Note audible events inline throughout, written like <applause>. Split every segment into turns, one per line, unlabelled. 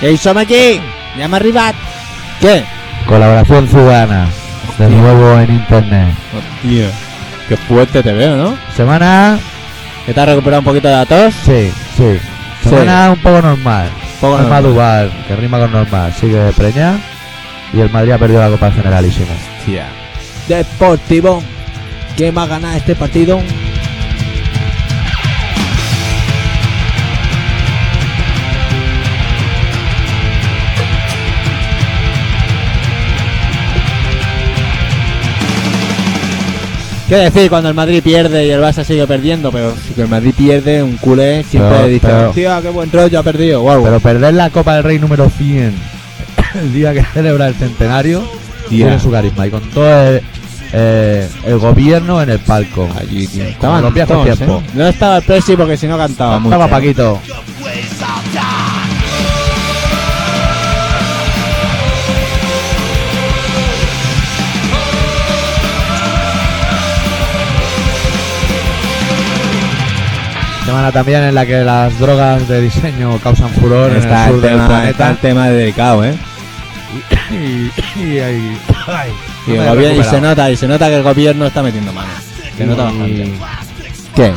¿Qué somos allí? Llama arriba. ¿Qué?
Colaboración ciudadana. De nuevo en internet.
Hostia. Qué fuerte te veo, ¿no?
Semana.
¿Que te has recuperado un poquito de la tos?
Sí, sí.
Sí.
Semana un poco normal.
Poco
normal.
normal.
Duval, que rima con normal. Sigue preña. Y el Madrid ha perdido la Copa Generalísima.
Hostia. Deportivo. ¿Quién va a ganar este partido? Quiero decir, cuando el Madrid pierde y el Barça sigue perdiendo, pero si que el Madrid pierde, un culé siempre
Pero-
dice,
pero-
hostia, qué buen rollo ha perdido, o algo.
Pero perder la Copa del Rey número 100 <coughs> el día que celebra el centenario
Tía.
tiene su carisma y con todo el, eh, el gobierno en el palco.
Allí, tío.
Estaban los viejos
todos,
tiempos.
¿eh? No estaba el Presi porque si no cantaba mucho.
Estaba Paquito. Semana también en la que las drogas de diseño causan furor en
Está el,
el sur del
tema, está
planeta.
el tema dedicado, ¿eh?
Y, y- ay, ay,
Y,
no me
el
he
gobierno- y se
recuperado.
nota, y se nota que el gobierno está metiendo mano. Se nota bastante. ¿Qué?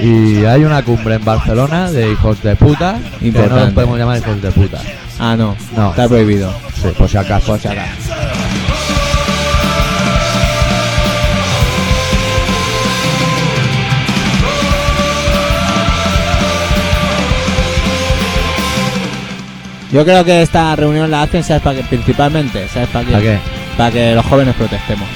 Y hay una cumbre en Barcelona de hijos de puta. que no
Importante.
los podemos llamar hijos de puta.
Ah, no.
No.
Está prohibido.
Sí, por si acaso, por si acaso.
Yo creo que esta reunión la hacen, ¿sabes para qué? Principalmente, ¿sabes para qué?
¿Para qué?
Para que los jóvenes protestemos.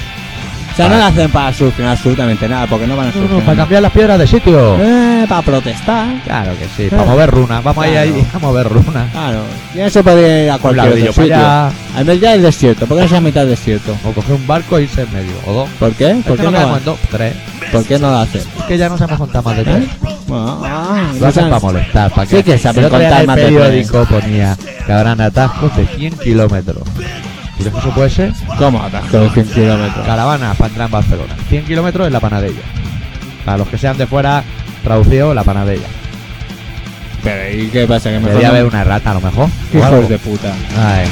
O sea, no
Para-
la hacen para solucionar absolutamente nada, porque no van a
No, no,
solucionar.
para
nada.
cambiar las piedras de sitio.
Eh, para protestar.
Claro que sí,
Eh.
para mover runas. <laughs> Vamos a ir
Claro.
ahí a mover runas.
Claro, ya se podría ir a cualquier
ladrillo
otro
para
sitio.
allá.
Al medio del desierto, ¿por qué no sea mitad desierto?
O coger un barco e irse en medio. O dos.
¿Por qué? ¿Por
Esto
qué
lo
no,
quedamos
la-
en dos, tres.
¿Por qué no lo hacen? ¿Eh?
Que ya nos hemos contado más de tres.
Bueno, ah,
Lo hacen
no
para
saben-
molestar. Para
Sí que saben
El otro día
contar más de
El
tres.
periódico ponía que habrán atascos de 100 kilómetros. ¿Y que eso puede ser?
¿Cómo atasco de 100 kilómetros?
Caravana para entrar en Barcelona. 100 kilómetros es la panadella. Para los que sean de fuera, traducido, la panadella.
Pero ¿y qué pasa? Que me
Debería haber una rata a lo mejor. o algo.
Hijos de puta.
Ay.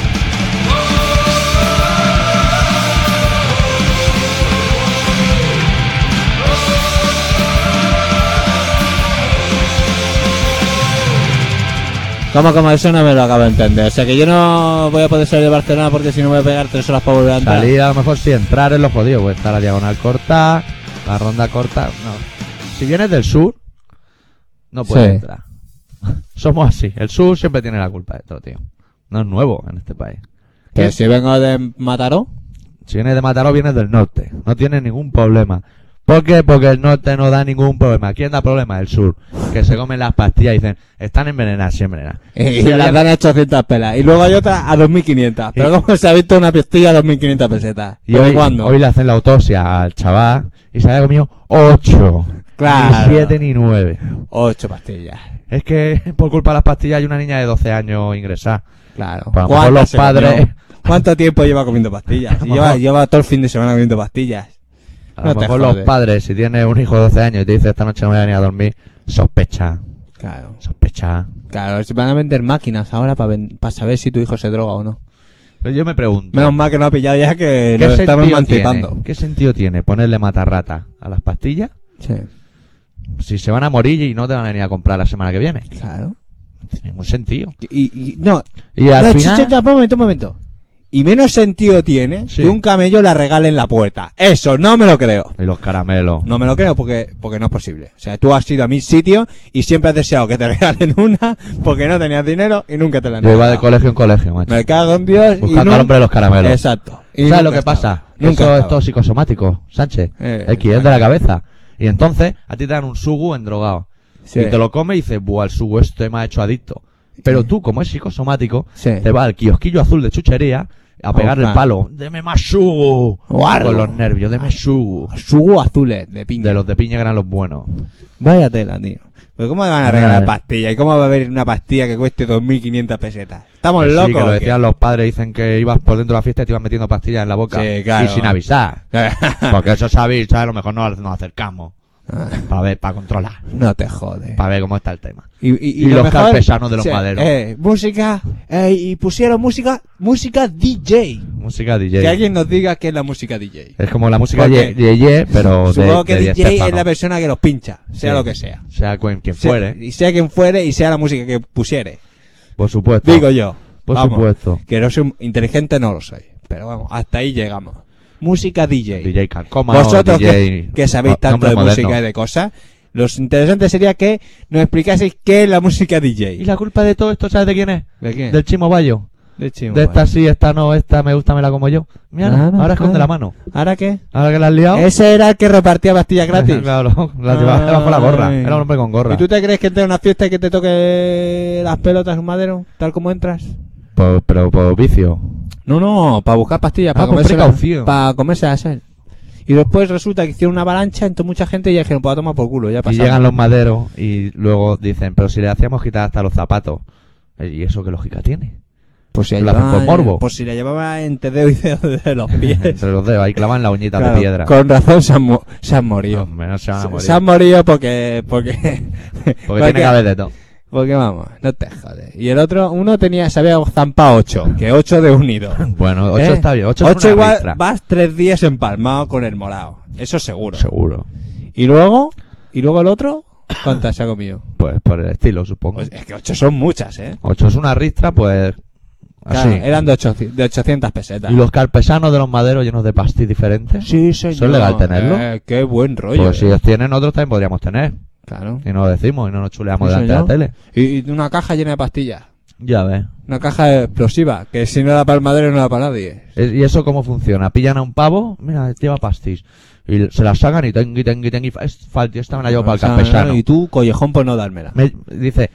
¿Cómo, cómo? Eso no me lo acabo de entender. O sea que yo no voy a poder salir de Barcelona porque si no me voy a pegar tres horas para volver a entrar.
Salir a lo mejor si entrar es lo jodido, pues está la diagonal corta, la ronda corta. No. Si vienes del sur, no puedes
Sí.
entrar. <laughs> Somos así. El sur siempre tiene la culpa de todo, tío. No es nuevo en este país.
Pero si vengo de Mataró,
Si vienes de Mataró, vienes del norte. No tienes ningún problema. ¿Por qué? Porque el norte no da ningún problema. ¿Quién da problema? El sur. Que se comen las pastillas y dicen, están envenenadas, sí envenenadas.
y
Si
las
vienes-
dan a 800 pelas. Y luego hay otra a 2.500. Pero ¿cómo se ha visto una pistilla a 2.500 pesetas?
y
¿Pero
hoy,
cuándo?
hoy le hacen la autopsia al chaval y se había comido ocho.
Claro.
Ni siete ni nueve.
Ocho pastillas.
Es que <laughs> por culpa de las pastillas hay una niña de 12 años ingresada.
Claro.
Pues a lo mejor
¿Cuántas
los
se comió?
padres-
¿Cuánto tiempo lleva comiendo pastillas?
lo
Lleva,
mejor-
lleva todo el fin de semana comiendo pastillas.
A
No
lo
te
mejor
jodes.
los padres, si tienes un hijo de 12 años y te dice esta noche no voy a venir a dormir, sospecha,
Claro.
sospecha.
Claro, se van a vender máquinas ahora para saber si tu hijo se droga o no.
Pero yo me pregunto,
Menos mal que no ha pillado ya que
¿qué,
lo están
sentido
emancipando.
tiene, ¿qué sentido tiene ponerle matarrata a las pastillas
Sí,
si se van a morir y no te van a venir a comprar la semana que viene?
claro.
No tiene ningún sentido.
Y, y- no,
Y al
no,
final,
chicho, un momento, un momento. Y menos sentido tiene
Sí.
que un camello la regale en la puerta. Eso, no me lo creo.
y los caramelos.
No me lo creo porque, porque no es posible. O sea, tú has ido a mil sitios y siempre has deseado que te <laughs> regalen una porque no tenías dinero y nunca te la han
Yo iba de
regalado.
colegio en colegio, macho.
Me cago en Dios. y
Buscando al
nun-
hombre de los caramelos.
Exacto. Y
¿Sabes
nunca
lo que
estaba.
pasa?
Nunca
Eso es
estaba.
todo psicosomático, Sánchez.
Eh,
X, es de la cabeza. Y entonces a ti te dan un sugu endrogado.
Sí.
Y te lo comes y dices, buah, el sugu este me ha hecho adicto. Pero tú, como es psicosomático,
Sí.
te vas al kiosquillo azul de chuchería a pegar el
buscar.
palo. ¡Deme más sugu!
O algo.
Con los nervios, deme sugu.
Sugo azules de piña.
De los de piña que eran los buenos.
Vaya tela, tío. Pero ¿cómo le van a
Madre.
regalar pastillas? ¿Y cómo va a haber una pastilla que cueste 2.500 pesetas? Estamos
Que sí,
locos.
que lo
¿o qué? <laughs>
decían los padres, dicen que ibas por dentro de la fiesta y te ibas metiendo pastillas en la boca.
Sí, claro. <laughs>
Y sin avisar. Porque eso sabéis, ¿sabes? A lo mejor no nos acercamos.
Ah,
Para ver, para controlar.
no te jodes.
Para ver cómo está el tema.
Y,
y los carpesanos de los
sí,
maderos.
eh, música, eh, y pusieron música, música DJ.
Música DJ.
Que alguien nos diga qué es la música DJ.
Es como la música
Porque-
ye, ye, ye, pero Eh, de,
Supongo
de,
que
Di
DJ es
Stefano.
la persona que los pincha, sea
Sí.
lo que sea.
Sea quien, quien
Sea-
fuere,
Y sea quien fuere y sea la música que pusiere.
por supuesto.
Digo yo.
por
Vamos,
supuesto.
Que no soy un- inteligente, no lo soy. Pero vamos, hasta ahí llegamos. Música DJ.
DJ Carcoma
Vosotros
o DJ...
que, que sabéis
no-
tanto
nombre
de
moderno.
música y de cosas, lo interesante sería que nos explicaseis qué es la música DJ.
¿Y la culpa de todo esto sabes de quién es?
¿De quién?
Del Chimo Bayo.
De Chimo,
De
vale.
esta sí, esta no, esta me gusta, me la como yo. Mira,
Ah, no,
ahora esconde
claro.
la mano.
¿Ahora qué?
Ahora que la has liado...
Ese era el que repartía pastillas gratis.
claro, <laughs> la llevaba debajo la gorra.
Ay.
Era un hombre con gorra.
¿Y tú te crees que entra a una fiesta y que te toque las pelotas un madero, tal como entras?
Por- pero por vicio.
No, no, para buscar pastillas,
Ah,
para
por
comerse
precaución.
Para comerse a él. Y después resulta que hicieron una avalancha, entró mucha gente y ya dijeron, pues a tomar por culo, ya
Y
pasó.
llegan los maderos y luego dicen, pero si le hacíamos quitar hasta los zapatos. Eh, ¿Y eso qué
<laughs>
lógica tiene?
Pues si la
Lo hacen
llevaba,
por morbo.
Pues si la llevaba entre dedo y dedo de
<laughs>
los pies.
Entre los dedos, ahí clavan la uñita
Claro,
de piedra.
Con razón se han, mo- se han morido.
Hombre, no se van a
Se-
morir.
se han morido porque. <laughs> Porque,
Porque tiene que haber de todo.
porque vamos, no te jodes. Y el otro, uno tenía, se había zampado 8, que 8 de
<laughs>
unido.
Bueno, 8
¿Eh?
está bien. 8,
Ocho
es una
igual
ristra.
vas tres días empalmado con el morado. Eso seguro.
Seguro.
Y luego, y luego el otro, ¿cuántas se ha comido?
Pues por el estilo, supongo.
Pues es que 8 son muchas, ¿eh?
8 es una ristra, pues...
Claro,
así.
Ah, eran de, 8 de 800 pesetas.
Y los carpesanos de los maderos llenos de pastis diferentes.
Sí, señor.
¿Son legal tenerlo?
Eh, qué buen rollo.
pues si
eh.
ellos tienen, otros también podríamos tener.
Claro.
Y no lo decimos y no nos chuleamos
Sí,
delante de la
señor.
tele.
Y, y una caja llena de pastillas.
Ya ves.
Una caja explosiva, que si no era para el madero no era para nadie.
Es- ¿Y eso cómo funciona? Pillan a un pavo, mira, lleva pastis. Y se la sacan y tengui, tengui, tengui. fa- Es falti, esta me la llevo para el
O sea,
campesano.
Y tú, collejón por no dármela.
Me- dice,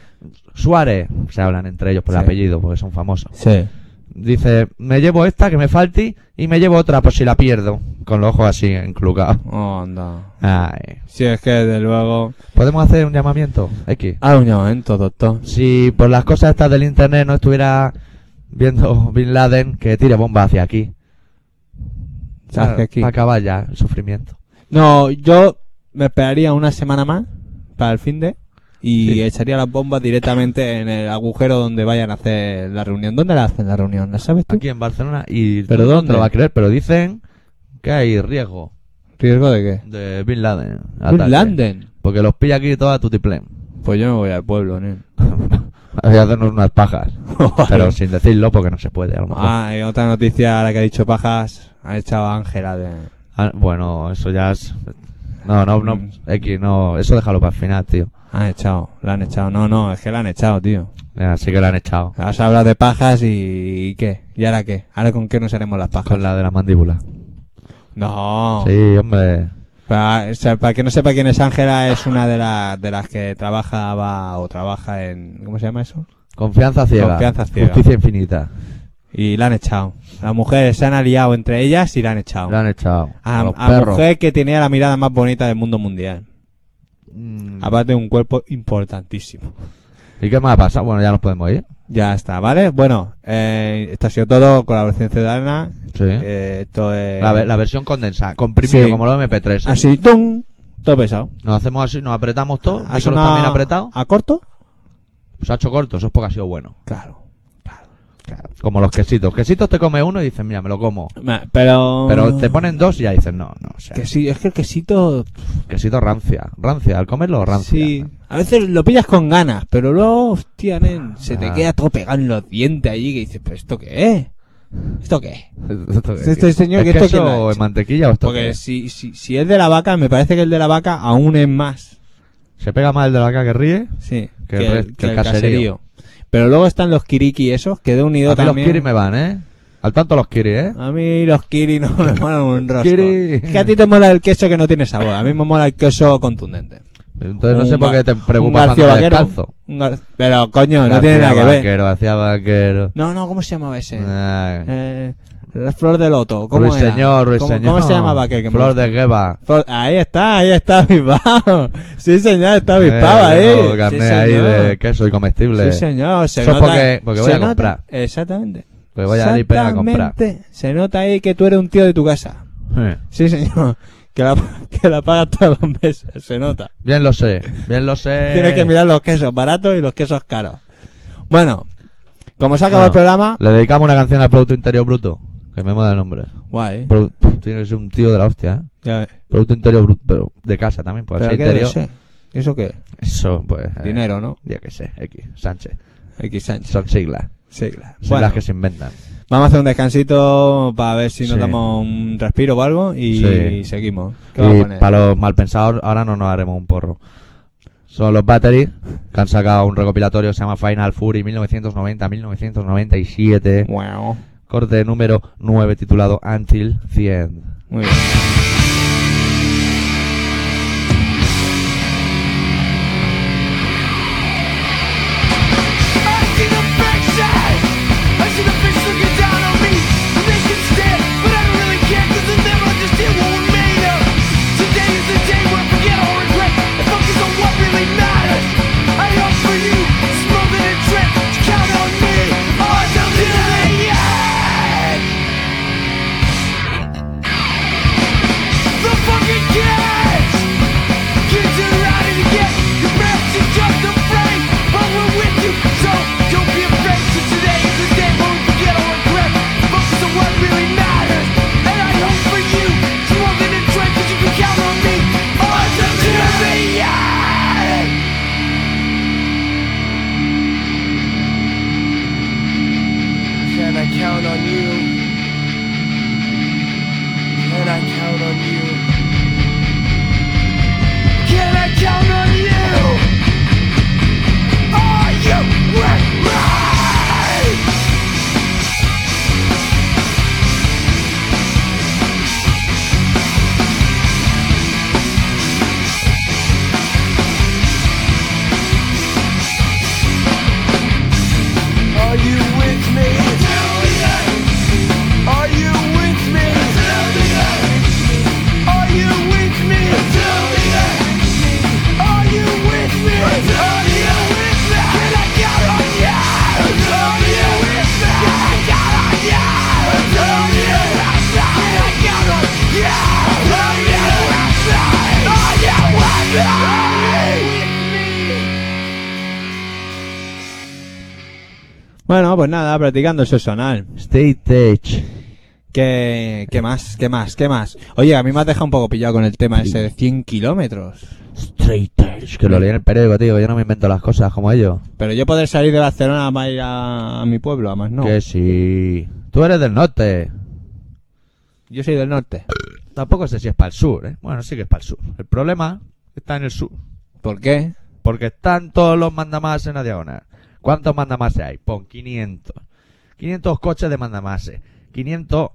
Suárez, se hablan entre ellos por el
Sí.
apellido porque son famosos.
Sí.
Dice, me llevo esta que me falti y me llevo otra por si la pierdo. Con los ojos así enclucados.
Onda.
Ay.
Si Oh, es que, de luego...
¿Podemos hacer un llamamiento? X.
Ah, un momento, doctor.
Si por las cosas estas del internet no estuviera viendo Bin Laden que tire bomba hacia aquí.
Hacia aquí.
Para acabar ya el sufrimiento.
No, yo me esperaría una semana más para el fin de... Y
Sí.
echaría las bombas directamente en el agujero donde vayan a hacer la reunión. ¿Dónde la hacen la reunión? ¿La sabes tú?
aquí en Barcelona y
¿Pero
todo el mundo
dónde?
lo va a creer, pero dicen que hay riesgo
¿Riesgo de qué?
de Bin Laden. ataque.
Un Landen.
Porque los pilla aquí toda <laughs> tutiplén.
Pues yo me voy al pueblo, ¿no?
Voy a hacernos unas
<laughs>
pajas. pero sin decirlo porque no se puede, a lo mejor.
Ah, y otra noticia a la que ha dicho Pajas. Han echado a Ángela de...
Ah, bueno, eso ya es... No, no, no,
Mm.
X, no, eso déjalo para el final, tío.
Han echado, la han echado. No, no, es que la han echado, tío.
Así que lo han echado.
Has hablado de pajas y... ¿y qué? ¿Y ahora qué? ¿Ahora con qué nos haremos las pajas?
Con la de la mandíbula.
No.
Sí, hombre.
Para, o sea, para que no sepa quién es Ángela, es una de, las de las que trabajaba o trabaja en... ¿Cómo se llama eso?
Confianza ciega.
Confianza ciega.
Justicia infinita.
Y la han echado. Las mujeres se han aliado entre ellas y la han echado.
Lo han echado.
A,
los
a
perros.
mujer que tenía la mirada más bonita del mundo mundial.
Mm.
Aparte de un cuerpo importantísimo.
¿Y qué más ha pasado? Bueno, ya nos podemos ir.
Ya está, ¿vale? Bueno, eh, esto ha sido todo. Colaboración Ciudadana.
Sí.
Eh, esto es...
La, ve- la versión condensada, comprimido
Sí.
como los MP3.
Así, ¡tum! Todo pesado.
¿eh? Nos hacemos así, nos apretamos todo.
¿Ha
Micros
sonado
también apretado.
¿A corto?
Se ha hecho corto, eso es porque ha sido bueno.
Claro. Claro.
Como los quesitos. Quesitos te come uno y dices, mira, me lo como.
Ma- Pero.
Pero te ponen dos y ya dices, no, no. O sea,
Que sí, es que el quesito.
quesito rancia. Rancia, al comerlo, rancia.
Sí. A veces lo pillas con ganas, pero luego, hostia, nen, se te
Ah.
queda todo pegado en los dientes allí que dices, ¿pero esto qué es? ¿Esto qué es?
Esto que-
Este señor,
¿Es
que esto
queso
quién lo ha
o
hecho?
en mantequilla o esto que
Porque si, si, si es de la vaca, me parece que el de la vaca aún es más.
Se pega más el de la vaca que ríe.
Sí.
Que el rest- que el caserío.
Pero luego están los kiriki esos, que de unido
A mí los
también.
kiri me van, ¿eh? Al tanto los kiri, ¿eh?
A mí los kiri no
<laughs>
me molan un rostro.
Kiri.
Es que a ti te mola el queso que no tiene sabor. A mí me mola el queso contundente.
Entonces no
Un
sé por
ga-
qué te
un
preocupas
García
tanto
Vaquero.
descalzo.
Un gar- Pero coño, no
García
tiene nada que ver.
Vaquero, García Vaquero.
No, no, ¿cómo se llamaba ese?
Ay.
Eh, la flor de loto. ¿Cómo
Ruiseñor,
era?
Ruiseñor,
¿Cómo, ¿Cómo se llamaba aquel que me
Flor
gusta?
de Gueva.
Flor- Ahí está, ahí está Bispao. Sí, señor, está Bispao ahí.
Eh,
Sí,
tengo carné ahí
señor.
de queso y comestible.
Sí, señor. Se
Eso es
nota,
porque- porque voy
se
a
nota-
comprar.
Exactamente.
Que voy a ir a comprar.
Exactamente. Se nota ahí que tú eres un tío de tu casa.
Eh,
Sí, señor. <laughs> que la, que la pagas todos los meses, se nota.
Bien lo sé, bien lo sé.
Tienes que mirar los quesos baratos y los quesos caros. Bueno, como se ha acabado
Bueno.
el programa,
Le dedicamos una canción al Producto Interior Bruto, que me mola el nombre.
guay.
Pro- Tiene que ser un tío de la hostia, ¿eh?
Ya ves.
Producto Interior Bruto, pero de casa también, pues
¿Pero
ser
qué
interior.
debe ser? ¿Eso qué?
Eso, pues. eh,
Dinero, ¿no?
Ya que sé, X, Sánchez.
X Sánchez.
Son siglas.
Sí, claro.
Siglas
Bueno,
que se inventan.
vamos a hacer un descansito para ver si nos
Sí.
damos un respiro o algo y
Sí.
seguimos. ¿Qué vamos a
Y
poner?
para los malpensados, ahora no nos haremos un porro. Son los Battery, que han sacado un recopilatorio que se llama Final Fury 1990-1997,
Guau.
corte número 9 titulado Until the End.
Muy bien.
I see the backside. I see the fish looking down on me. And they can stare, but I don't really care 'cause they never understand what we're made of. Today is the day where I forget all regret and focus on what really matters. I hope for you, smoke and trip. Count on me. Oh, until the end. The fucking kids. Kids are out to get your parents are just afraid, but we're with you, so don't be afraid. 'Cause today is the day when we forget all regret, focus on what really matters. And I hope for you, you won't get in trouble 'cause you can count on me. On the end. Can I count on you? Can I count on you? Can I count on you? Are you with me? Are you with me? Are you with me? Are you with me? Are you with me? Are you with me? Can I count on you? Are you with me? Can I count on you? Are you with me? Can I count on you? Are you with me? Are you with me? Are you with me?
Bueno, pues nada, practicando eso sonal.
Stay Tech.
¿Qué, ¿Qué más? ¿Qué más? ¿Qué más? Oye, a mí me has dejado un poco pillado con el tema ese de 100 kilómetros.
Straight Edge. Que lo leí en el periódico, tío. Yo no me invento las cosas como ellos.
Pero yo poder salir de Barcelona para ir a, a mi pueblo, además no.
Que sí. Tú eres del norte.
Yo soy del norte.
Tampoco sé si es para el sur, ¿eh? Bueno, sí que es para el sur. El problema está en el sur.
¿Por qué?
Porque están todos los mandamases en la diagonal. ¿Cuántos mandamases hay? Pon 500. 500 coches de mandamases. 500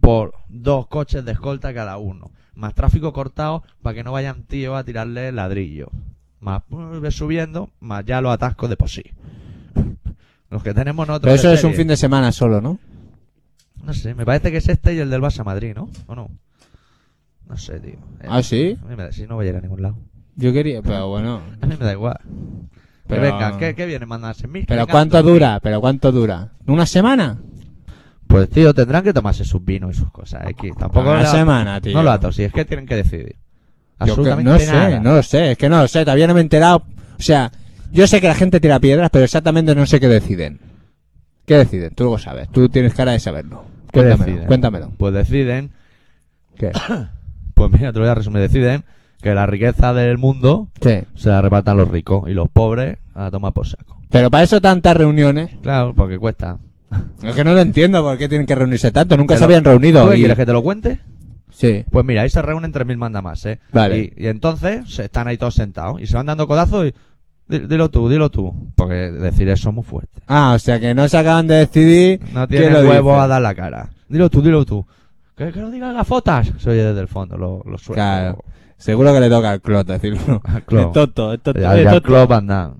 por dos coches de escolta cada uno. Más tráfico cortado para que no vayan tíos a tirarle ladrillo. Más uh, ves subiendo, más ya los atascos de por sí. <laughs> Los que tenemos nosotros.
Pero eso
de
es un
serie.
fin de semana solo, ¿no?
No sé, me parece que es este y el del Barça Madrid, ¿no? ¿O no? No sé, tío. Eh,
¿Ah, sí?
A mí me da, si no voy a ir a ningún lado.
Yo quería, pero bueno.
A mí me da igual. Pero
Pero-
venga, ¿qué, qué viene mandarse? Mil,
¿Pero
venga,
cuánto
tú.
dura? ¿Pero cuánto dura? ¿Una semana?
Pues tío, tendrán que tomarse sus vinos y sus cosas. X. Tampoco
Una
le va-
semana, tío.
No lo ato, si es que tienen que
Yo
decidir.
que-
Absolutamente
no sé,
nada.
no lo sé, es que no lo sé, todavía no me he enterado. O sea, yo sé que la gente tira piedras, pero exactamente no sé qué deciden. ¿Qué deciden? Tú lo sabes, tú tienes cara de saberlo.
¿Qué
Cuéntamelo,
deciden?
cuéntamelo.
Pues deciden,
¿Qué?
pues mira, te lo voy a resumir, deciden que la riqueza del mundo
Sí.
se la repartan los ricos y los pobres a tomar por saco.
Pero para eso tantas reuniones.
Claro, porque cuesta.
Es que no lo entiendo por qué tienen que reunirse tanto, nunca
Te
se
lo-
habían
¿Tú
reunido.
qué
y-
quieres que te lo cuente?
Sí.
Pues mira, ahí se reúnen 3.000 mandamás, ¿eh?
Vale.
Y, y entonces se están ahí todos sentados y se van dando codazos y... "Di- Dilo tú, dilo tú. Porque decir eso es muy fuerte.
Ah, o sea que no se acaban de decidir.
No
quién
tiene
lo
huevo
dice.
a dar la cara. Dilo tú, dilo tú. Que, que no digas gafotas. Se oye desde el fondo, lo, lo suelto.
Claro. Seguro que le toca al Clot decirlo.
<laughs> Al Clot.
Es tonto, es tonto,
Ya-
es
ya
tonto.
Klopp Van Damme.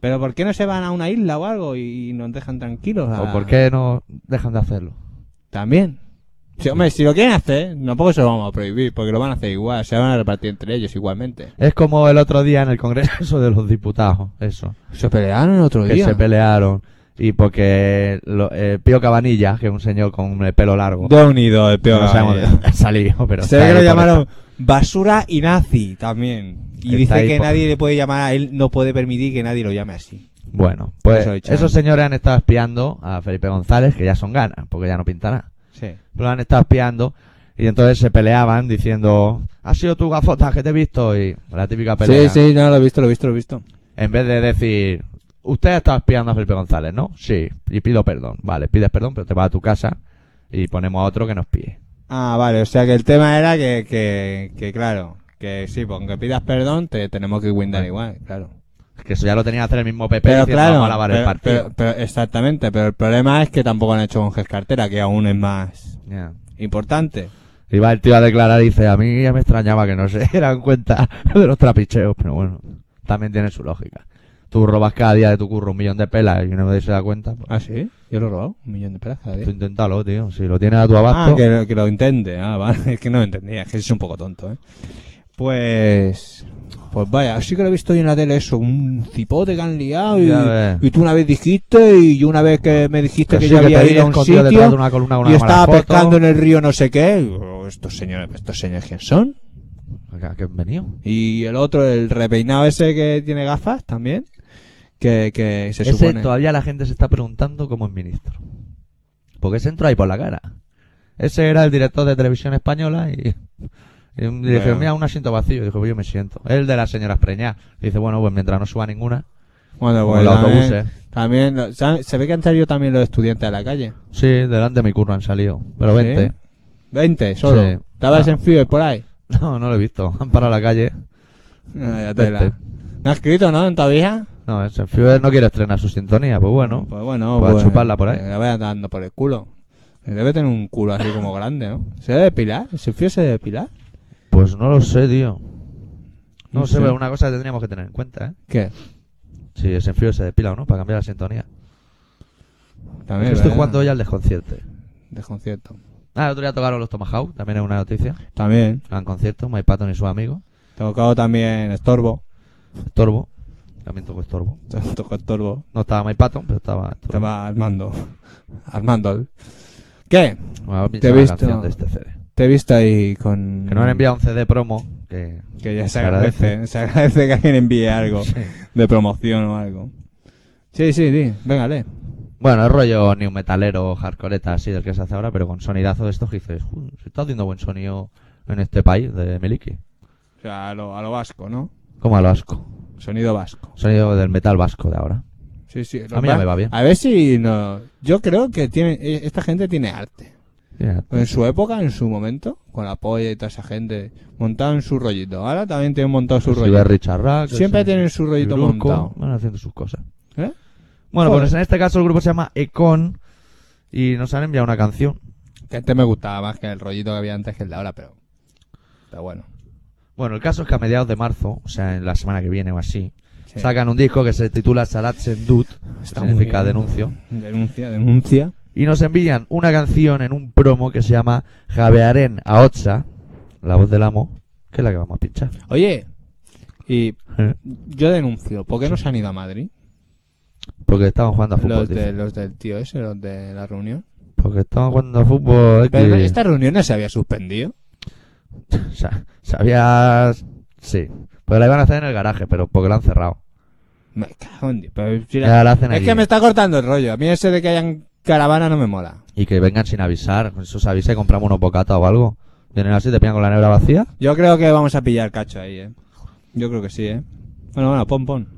Pero ¿por qué no se van a una isla o algo y nos dejan tranquilos? Ah. a-
¿O por qué no dejan de hacerlo?
También. Si, hombre, si lo quieren hacer, tampoco se lo vamos a prohibir, porque lo van a hacer igual, se van a repartir entre ellos igualmente.
Es como el otro día en el Congreso de los Diputados, eso.
Se pelearon el otro
Que
día.
se pelearon. y porque lo- eh, Pío Cabanilla, que es un señor con el pelo largo,
De unido, el peor.
no sabemos de dónde
<laughs>
ha salido, eh, pero
Ah, Se
está
ve que
ahí
lo
por
llamaron basura y nazi también. Y
Está
dice
ahí
que
por-
nadie le puede llamar a él, no puede permitir que nadie lo llame así.
Bueno, pues
Eso he dicho
esos
antes.
señores han estado espiando a Felipe González, que ya son ganas, porque ya no pintará.
Sí.
Pero han estado espiando y entonces se peleaban diciendo, ha sido tu gafota que te he visto y la típica pelea.
Sí, sí, no, lo he visto, lo he visto, lo he visto.
En vez de decir, usted ha estado espiando a Felipe González, ¿no? Sí, y pido perdón. Vale, pides perdón, pero te vas a tu casa y ponemos a otro que nos pide.
Ah, vale, o sea que el tema era que, que, que claro, que sí, pues aunque pidas perdón, te tenemos que windar igual, claro.
Que eso ya lo tenía que hacer el mismo PP
Pero
diciendo,
claro,
vamos a lavar el
pero-
partido.
pero- pero- exactamente, pero el problema es que tampoco han hecho con Ges Cartera, que aún es más
Ya.
importante.
Y va el tío a declarar y dice, a mí ya me extrañaba que no se <laughs> dieran cuenta de los trapicheos, pero bueno, también tiene su lógica. Tú robas cada día de tu curro un millón de pelas y nadie se da cuenta. pues,
¿Ah, sí? Yo lo he robado, un millón de plazas.
tú inténtalo, tío. Si lo tienes a tu abasto,
Ah, que, lo- que lo intente. Ah, vale. <laughs> Es que no lo entendía. Es que es un poco tonto, ¿eh? Pues... Pues vaya, sí que lo he visto hoy en la tele eso. Un cipote que han liado
Ya ves.
y, y tú una vez dijiste y yo una vez que me dijiste
que
que,
pues sí,
yo
que
había
te vi
ido a un
escondido
sitio
detrás de una columna con
y
una mala
estaba
foto.
pescando en el río no sé qué. Y digo, estos señores, estos señores, ¿quién son?
¿A qué han venido?
Y el otro, el repeinado ese que tiene gafas también. Que, que se
Ese
supone...
todavía la gente se está preguntando cómo es ministro. Porque ese entró ahí por la cara. Ese era el director de televisión española y, y un- dice,
Bueno.
mira, un asiento vacío. Y dijo, pues yo me siento. El de las señoras preñadas. Dice, bueno, pues mientras no suba ninguna.
Bueno,
Como
pues
los
también,
autobuses.
también lo- ¿sabe- se ve que han salido también los estudiantes a la calle.
Sí, delante de mi curro han salido. Pero
¿Sí?
vente. <laughs>
20 solo.
Sí.
Estabas
Ah.
en Fiverr por ahí. Ah,
No, no lo he visto. Han parado la calle.
ya
tela.
tela. ¿No has escrito, no? ¿Todavía?
No, ese Fiverr no quiere estrenar su sintonía. Pues bueno.
Pues bueno,
Para
pues,
chuparla por ahí.
que La vaya dando por el culo. Debe tener un culo así como grande, ¿no? ¿Se debe depilar? ¿Se fío se debe depilar?
Pues no lo sé, tío. No,
No
sé,
sé.
pero una cosa que tendríamos que tener en cuenta, ¿eh?
¿Qué?
Si el Senfío se despila o no, para cambiar la sintonía.
También.
Yo estoy
¿verdad?
jugando hoy al desconcierto.
Desconcierto.
Ah, el otro día tocaron los Tomahawk, también es una noticia.
También.
Gran concierto, Mike Patton y sus amigos.
Tocado también Estorbo. <laughs>
Estorbo, también tocó Estorbo.
Tocó Estorbo.
No estaba Mike Patton, pero estaba. Estorbo.
Estaba Armando. Armando. ¿Qué?
Bueno, voy a pinchar
Te he
la
visto.
canción de este CD.
Te he visto ahí con...
Que no han enviado un CD promo, que
Que ya se
Se agradece.
agradece. ¿eh? Se agradece que alguien envíe algo. De promoción o algo. Sí, sí, sí. Venga, lee.
Bueno, es rollo new metalero, hardcoreta, así del que se hace ahora, pero con sonidazo de estos que dices, "Ju, se está haciendo buen sonido en este país de Meliki.
O sea, a lo, a lo vasco, ¿no?
Como a lo asco.
Sonido vasco.
Sonido del metal vasco de ahora.
Sí, sí. lo
A mí ya
va-
me va bien.
A ver si no. Yo creo que tiene, eh, esta gente tiene arte.
Yeah.
En su época, en su momento, con la polla y toda esa gente, montaron su rollito. Ahora también tienen montado su
Pues Si
rollito.
ves Richard Rack,
Siempre
ese-
tienen su rollito
Bilurco,
montado.
Van haciendo sus cosas.
¿Eh?
Bueno,
Joder.
pues en este caso el grupo se llama Econ y nos han enviado una canción.
Que este me gustaba más que el rollito que había antes que el de ahora, pero. Está bueno.
Bueno, el caso es que a mediados de marzo, o sea, en la semana que viene o así,
Sí.
sacan un disco que se titula Salat Sendut, que
Está muy
significa
bien.
denuncio,
Denuncia, denuncia.
y nos envían una canción en un promo que se llama Jabearen Aotsa, la voz del amo, que es la que vamos a
<laughs>
pinchar.
Oye, y
¿eh?
yo denuncio. ¿Por qué no se han ido a Madrid?
Porque estaban jugando a fútbol.
Los, de,
dice.
los del tío ese, los de la reunión.
Porque estaban jugando a fútbol.
Pero
que-
esta reunión no se había suspendido.
O sea, sabías. Sí. Pero la iban a hacer en el garaje, pero porque la han cerrado.
Me cago en Dios, pero si la-
Ya la hacen
Es
allí.
que me está cortando el rollo. A mí ese de que hayan caravana no me mola.
Y que vengan sin avisar. Con eso se avisa y compramos unos bocatas o algo. Vienen así, te pillan con la nebra vacía.
Yo creo que vamos a pillar cacho ahí, eh. Yo creo que sí, eh. Bueno, bueno, pon, pon.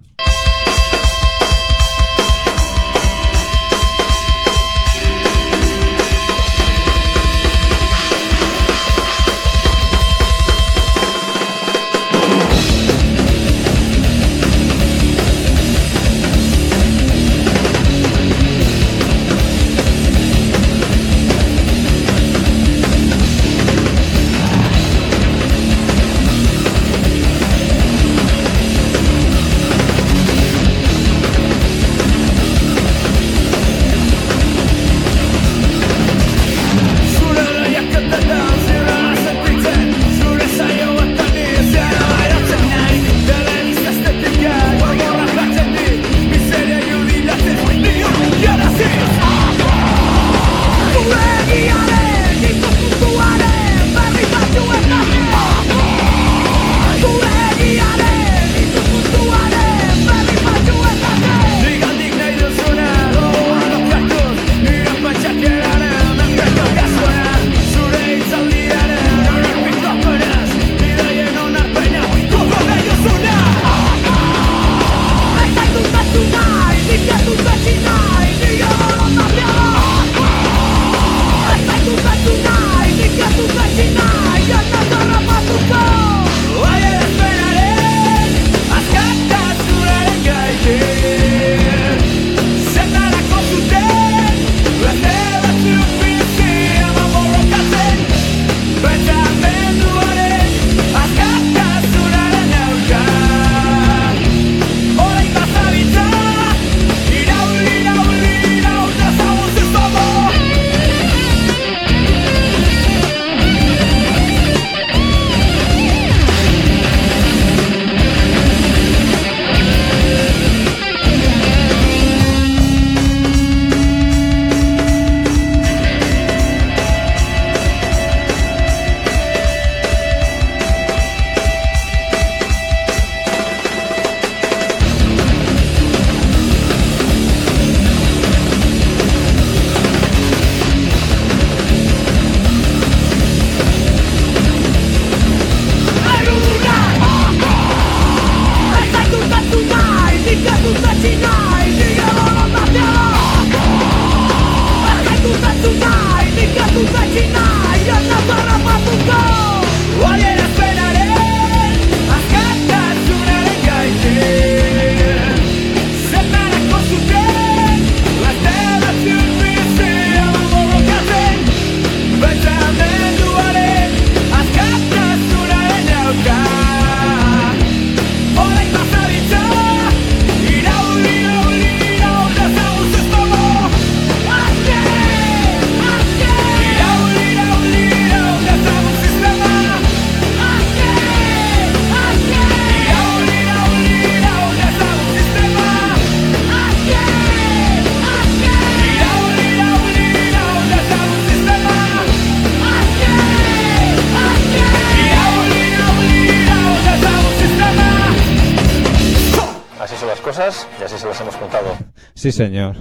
cosas y así se las hemos contado.
Sí, señor.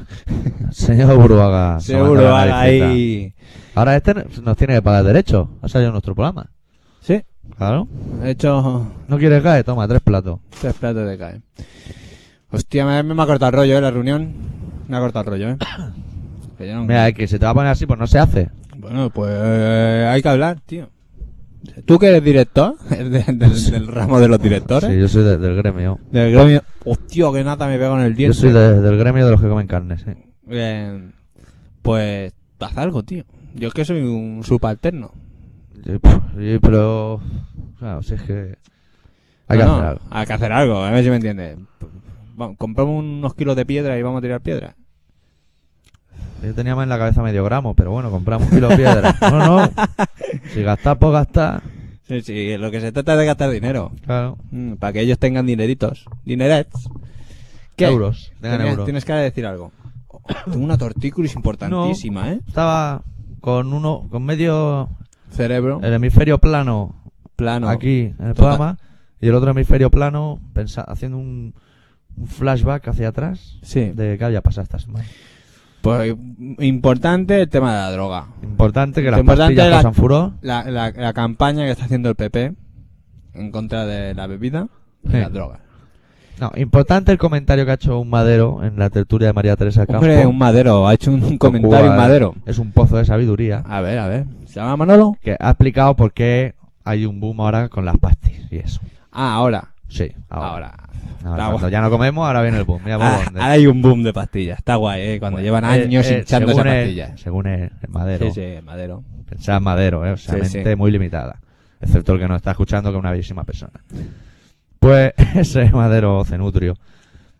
Señor Buruaga. Ah, se
Seguro
manda la
hay
disfruta.
ahí.
Ahora este nos tiene que pagar derecho. Ha salido en nuestro programa.
Sí,
Claro.
he hecho
No quieres caer, toma, tres platos.
tres platos de cae. Hostia, me, me ha cortado el rollo, ¿eh? La reunión. Me ha cortado el
<coughs>
rollo, ¿eh? Que yo no-
Mira, es que se te va a poner así, pues no se hace.
Bueno, pues eh, hay que hablar, tío. ¿Tú que eres director? <laughs> de- del, del ramo de los directores.
Sí, yo soy de- del gremio.
Del gremio. Hostia, que nata me pego en el
Yo
diente.
soy de- del gremio de los que comen carne, sí.
Eh, pues haz algo, tío. Yo es que soy un subalterno.
Sí, pf, sí, Eh, pero. Claro, si es que. Hay que
No, no,
hacer algo.
Hay que hacer algo, a ver si me entiendes. Vamos, compramos unos kilos de piedra y vamos a tirar piedra.
Yo tenía más en la cabeza medio gramo, pero bueno, compramos un kilo de
<laughs>
piedra. No, no. Si gastas, pues gastar.
Sí, sí, lo que se trata es de gastar dinero.
Claro.
Mm, Para que ellos tengan dineritos. Dinerets. ¿Qué?
Euros. Tengan
Tenías-
euros.
Tienes que decir algo. Tengo una tortícolis importantísima, ¿eh?
Estaba con uno, con medio
Cerebro.
el hemisferio plano
plano.
Eh, aquí en
Total.
el programa y el otro hemisferio plano pensa- haciendo un, un flashback hacia atrás
Sí.
de que había pasado esta semana.
Pues importante el tema de la droga.
Importante que las
Lo importante
pastillas
era-
pasan furor.
La, la- la campaña que está haciendo el PP en contra de la bebida y
Sí.
las drogas.
No, importante el comentario que ha hecho un madero en la tertulia de María Teresa Campo.
Hombre, un madero, ha hecho un comentario
Cuba
un madero.
Es un pozo de sabiduría
A ver, a ver. ¿Se llama Manolo?
que ha explicado por qué hay un boom ahora con las pastillas y eso.
Ah, ahora.
Sí, ahora.
Ahora.
Ahora,
Está
cuando
guay.
ya no comemos, ahora viene el boom. Mira,
Ah,
por dónde.
ahora hay un boom de pastillas. Está guay, ¿eh? Cuando
Bueno,
llevan
eh,
años
eh,
hinchando esas
según el-
pastillas.
según el, el madero.
Sí, sí, el madero.
Pensaba en madero, ¿eh? O sea,
Sí,
mente
sí.
muy limitada. Excepto el que nos está escuchando, que es una bellísima persona. Pues <laughs> ese madero cenutrio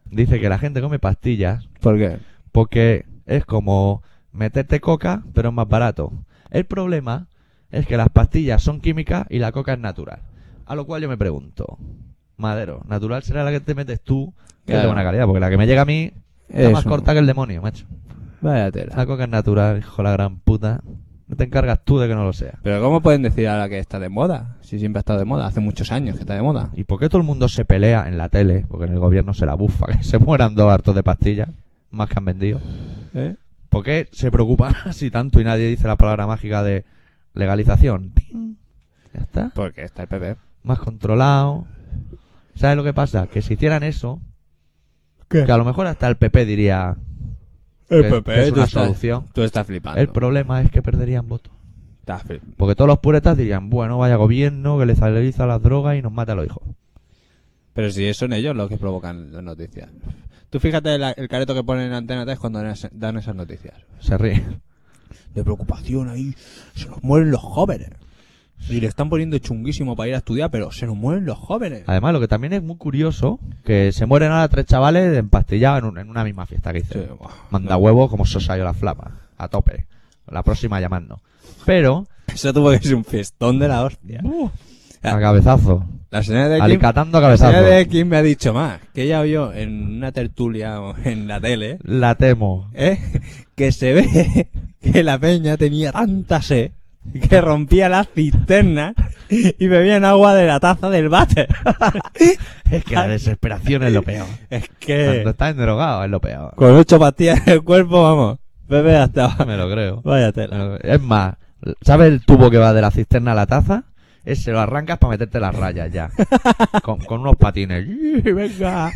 dice que la gente come pastillas
¿Por qué?
porque es como meterte coca, pero es más barato. El problema es que las pastillas son químicas y la coca es natural. A lo cual yo me pregunto, madero, ¿natural será la que te metes tú? Que es de
Claro.
buena calidad, porque la que me llega a mí es más
Eso.
corta que el demonio, macho.
Vaya tela.
La coca es natural, hijo de la gran puta. No te encargas tú de que no lo sea.
Pero ¿cómo pueden decir ahora que está de moda? Si siempre ha estado de moda, hace muchos años que está de moda.
¿Y por qué todo el mundo se pelea en la tele? Porque en el gobierno se la bufa, que <laughs> se mueran dos hartos de pastillas, más que han vendido.
¿Eh?
¿Por qué se preocupan <laughs> así tanto y nadie dice la palabra mágica de legalización? ¡Ting! Ya está.
Porque está el PP.
Más controlado. ¿Sabes lo que pasa? Que si hicieran eso,
¿Qué?
que a lo mejor hasta el PP diría que- que es
tú
una
estás-
solución.
Tú estás flipando.
El problema es que perderían votos.
Estás flip-
Porque todos los puretas dirían, bueno, vaya gobierno que les legaliza las drogas y nos mata a los hijos.
Pero si son ellos los que provocan las noticias. Tú fíjate la- el careto que ponen en Antena 3 cuando dan es- dan esas noticias.
Se ríen.
De preocupación ahí. Se nos mueren los jóvenes. Y le están poniendo chunguísimo para ir a estudiar, pero se nos mueren los jóvenes.
Además, lo que también es muy curioso, que se mueren ahora tres chavales empastillados en, un- en una misma fiesta que
Sí,
hice.
buah.
Manda huevo como se os salió la flama. A tope. La próxima llamando. Pero,
Eso tuvo que ser un festón de la hostia.
a cabezazo.
La señora Ah. de Kim,
Alicatando a
la señora
cabezazo.
Pues de Kim me ha dicho más. Que ella vio en una tertulia o en la tele
La temo.
¿eh? <laughs> que se ve <laughs> que la peña tenía tanta sed que rompía las cisternas y bebían agua de la taza del váter. <laughs>
Es que la desesperación es lo peor.
Es
Cuando
que
estás drogado es lo peor.
con ocho pastillas en el cuerpo, vamos, bebe hasta... <laughs>
Me lo creo.
Vaya
Me
tela.
lo creo. Es más, ¿sabes el tubo que va de la cisterna a la taza? Ese lo arrancas para meterte las
<laughs>
rayas ya. Con, con unos patines.
Venga.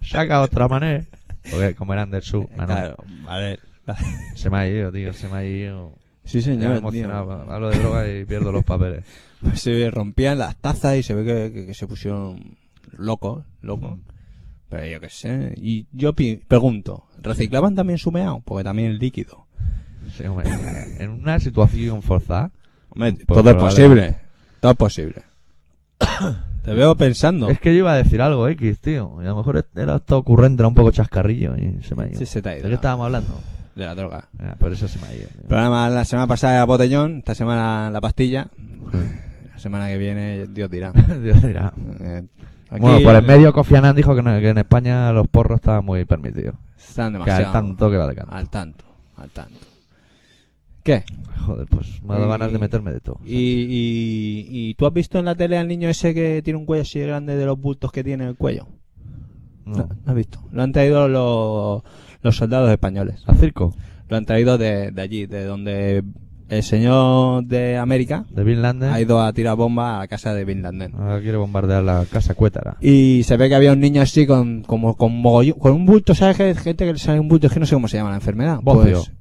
Saca otra mané. Porque como eran del sur, Manuel.
Eh, Claro, vale.
Se me ha ido, tío, se me ha ido.
Sí,
Ya me he
señor. tío.
emocionado. Hablo de droga y pierdo los papeles.
pues Se rompían las tazas y se ve que, que- que se pusieron locos,
Mm.
locos. Pero yo qué sé. Y yo pi- pregunto, ¿reciclaban también su meao? Porque también el líquido.
Sí, hombre. En una situación forzada.
Hombre,
Pues
todo es
probable.
posible. Todo es
<coughs>
posible. Te veo pensando.
Es que yo iba a decir algo X, tío. Y a lo mejor era todo ocurrente, era un poco chascarrillo y se me ha ido.
Sí, se te ha ido.
¿De qué estábamos hablando?
De la droga.
Ah, por eso se me ha ido. tío.
Pero nada más, la semana pasada era botellón, esta semana la pastilla. La semana que viene, Dios dirá.
<laughs> Dios dirá.
Eh, aquí
Bueno, por el medio Kofi Annan dijo que, no- que en España los porros estaban muy permitidos.
Están
Que
demasiado.
al tanto que va de canto.
Al tanto, al tanto. ¿Qué?
Joder, pues me ha dado
Ah. Y-
ganas de meterme de todo.
¿Y, y, y tú has visto en la tele al niño ese que tiene un cuello así de grande de los bultos que tiene en el cuello?
No.
no has visto. Lo han traído los, los soldados españoles.
¿A circo?
Lo han traído de, de allí, de donde el señor de América
¿De Bin Laden?
ha ido a tirar bombas a la casa de Bin Laden.
Ahora quiere bombardear la casa cuétara.
Y se ve que había un niño así con, como, con mogollón- con un bulto, ¿sabes? Que hay gente que le sale un bulto, es que no sé cómo se llama la enfermedad.
Bocio.
Pues,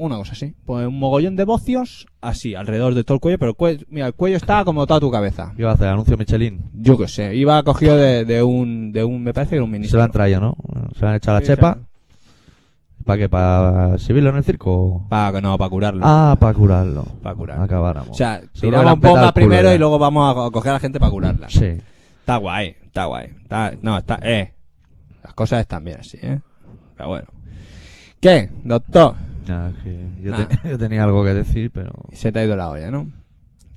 una cosa así. Pues un mogollón de bocios, así, alrededor de todo el cuello, pero el cuello, mira, el cuello está como toda tu cabeza.
¿Qué va a hacer? ¿Anuncio Michelin?
Yo qué sé, iba cogido de, de un, de un, me parece que era un
Se
ministro.
lo han traído, ¿no? Se lo han echado a la
Sí,
chepa. ¿Para qué? ¿Para exhibirlo en el circo?
Para, no, para curarlo.
Ah, para curarlo.
Para curar.
Acabáramos.
O sea,
Seguro que le
tiramos
han petado el
bomba
culo
primero
ya.
y luego vamos a, co- a coger a la gente para curarla.
Sí.
Está guay, está guay. Está, no, está, eh. Las cosas están bien así, eh. Pero bueno. ¿Qué, doctor?
Ya, es que yo,
Ah.
te- <laughs> yo tenía algo que decir, pero...
Se te ha ido la olla, ¿no?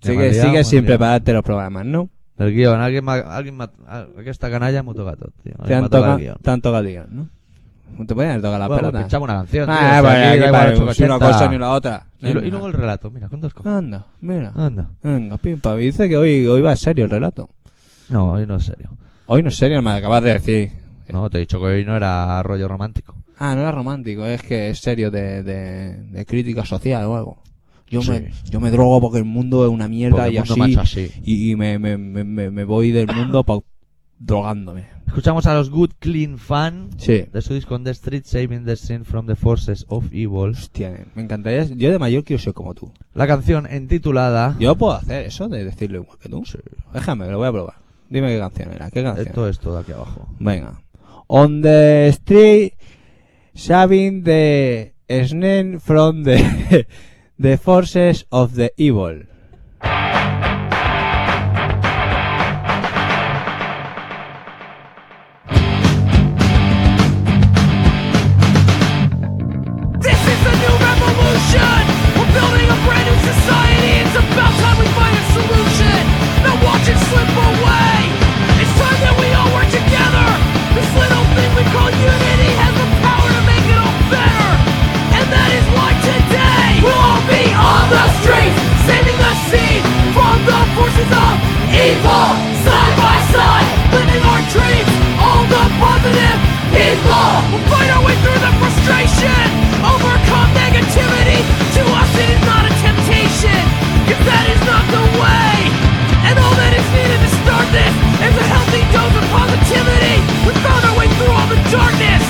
Ya
Sigue,
me has liado, me
sigue
has
sin
liado.
prepararte los programas, ¿no?
El guión, alguien me ha- alguien me ha- al- que esta canalla me ha tocado, tío.
Te
Alguien me
han
ha tocado
tocado,
el guión.
te han tocado el guión, ¿no? No te pueden haber tocado la
Bueno, pues
pelota.
pinchamos una canción,
Ah,
tío. o sea,
vale,
aquí
aquí
da igual
vale,
880.
ni una Ah. cosa ni la otra.
Y, lo- y luego el relato, mira, ¿cuántas cosas?
Anda, mira.
Anda.
Venga, pimpa. Dice que hoy, hoy va serio el relato.
No, hoy no es serio.
Hoy no es serio, me acabas de decir.
No, te he dicho que hoy no era rollo romántico.
Ah, no era romántico, es que es serio de, de, de crítica social o algo. Yo,
Sí.
me, yo me drogo porque el mundo es una mierda
Porque
y
el mundo
así.
me ha hecho así.
Y, y me, me, me, me- me voy del mundo pa- drogándome.
Escuchamos a los Good Clean Fan
Sí.
de su disco On the Street Saving the Sin from the Forces of Evil.
Hostia, me encantaría. Yo de mayor quiero ser como tú.
La canción entitulada.
Yo puedo hacer eso de decirlo igual que tú. Déjame, lo voy a probar. Dime qué canción era, qué canción.
Esto es todo aquí abajo.
Venga. On the street, shaving the snake from the, <laughs> the forces of the evil.
This is a new revolution. We're building a brand new society. It's about time we find a solution. Now watch it slip away. It's time that we all work together. This little thing we call unity has the power to make it all better. And that is why today we'll all be on the streets, saving the scene from the forces of evil. Side by side, living our dreams. All the positive people. We'll fight our way through the frustration. Overcome negativity. To us, it is not a temptation. Cause that is not the way. And all that is needed to start this is a healthy dose of positivity. We found our way through all the darkness.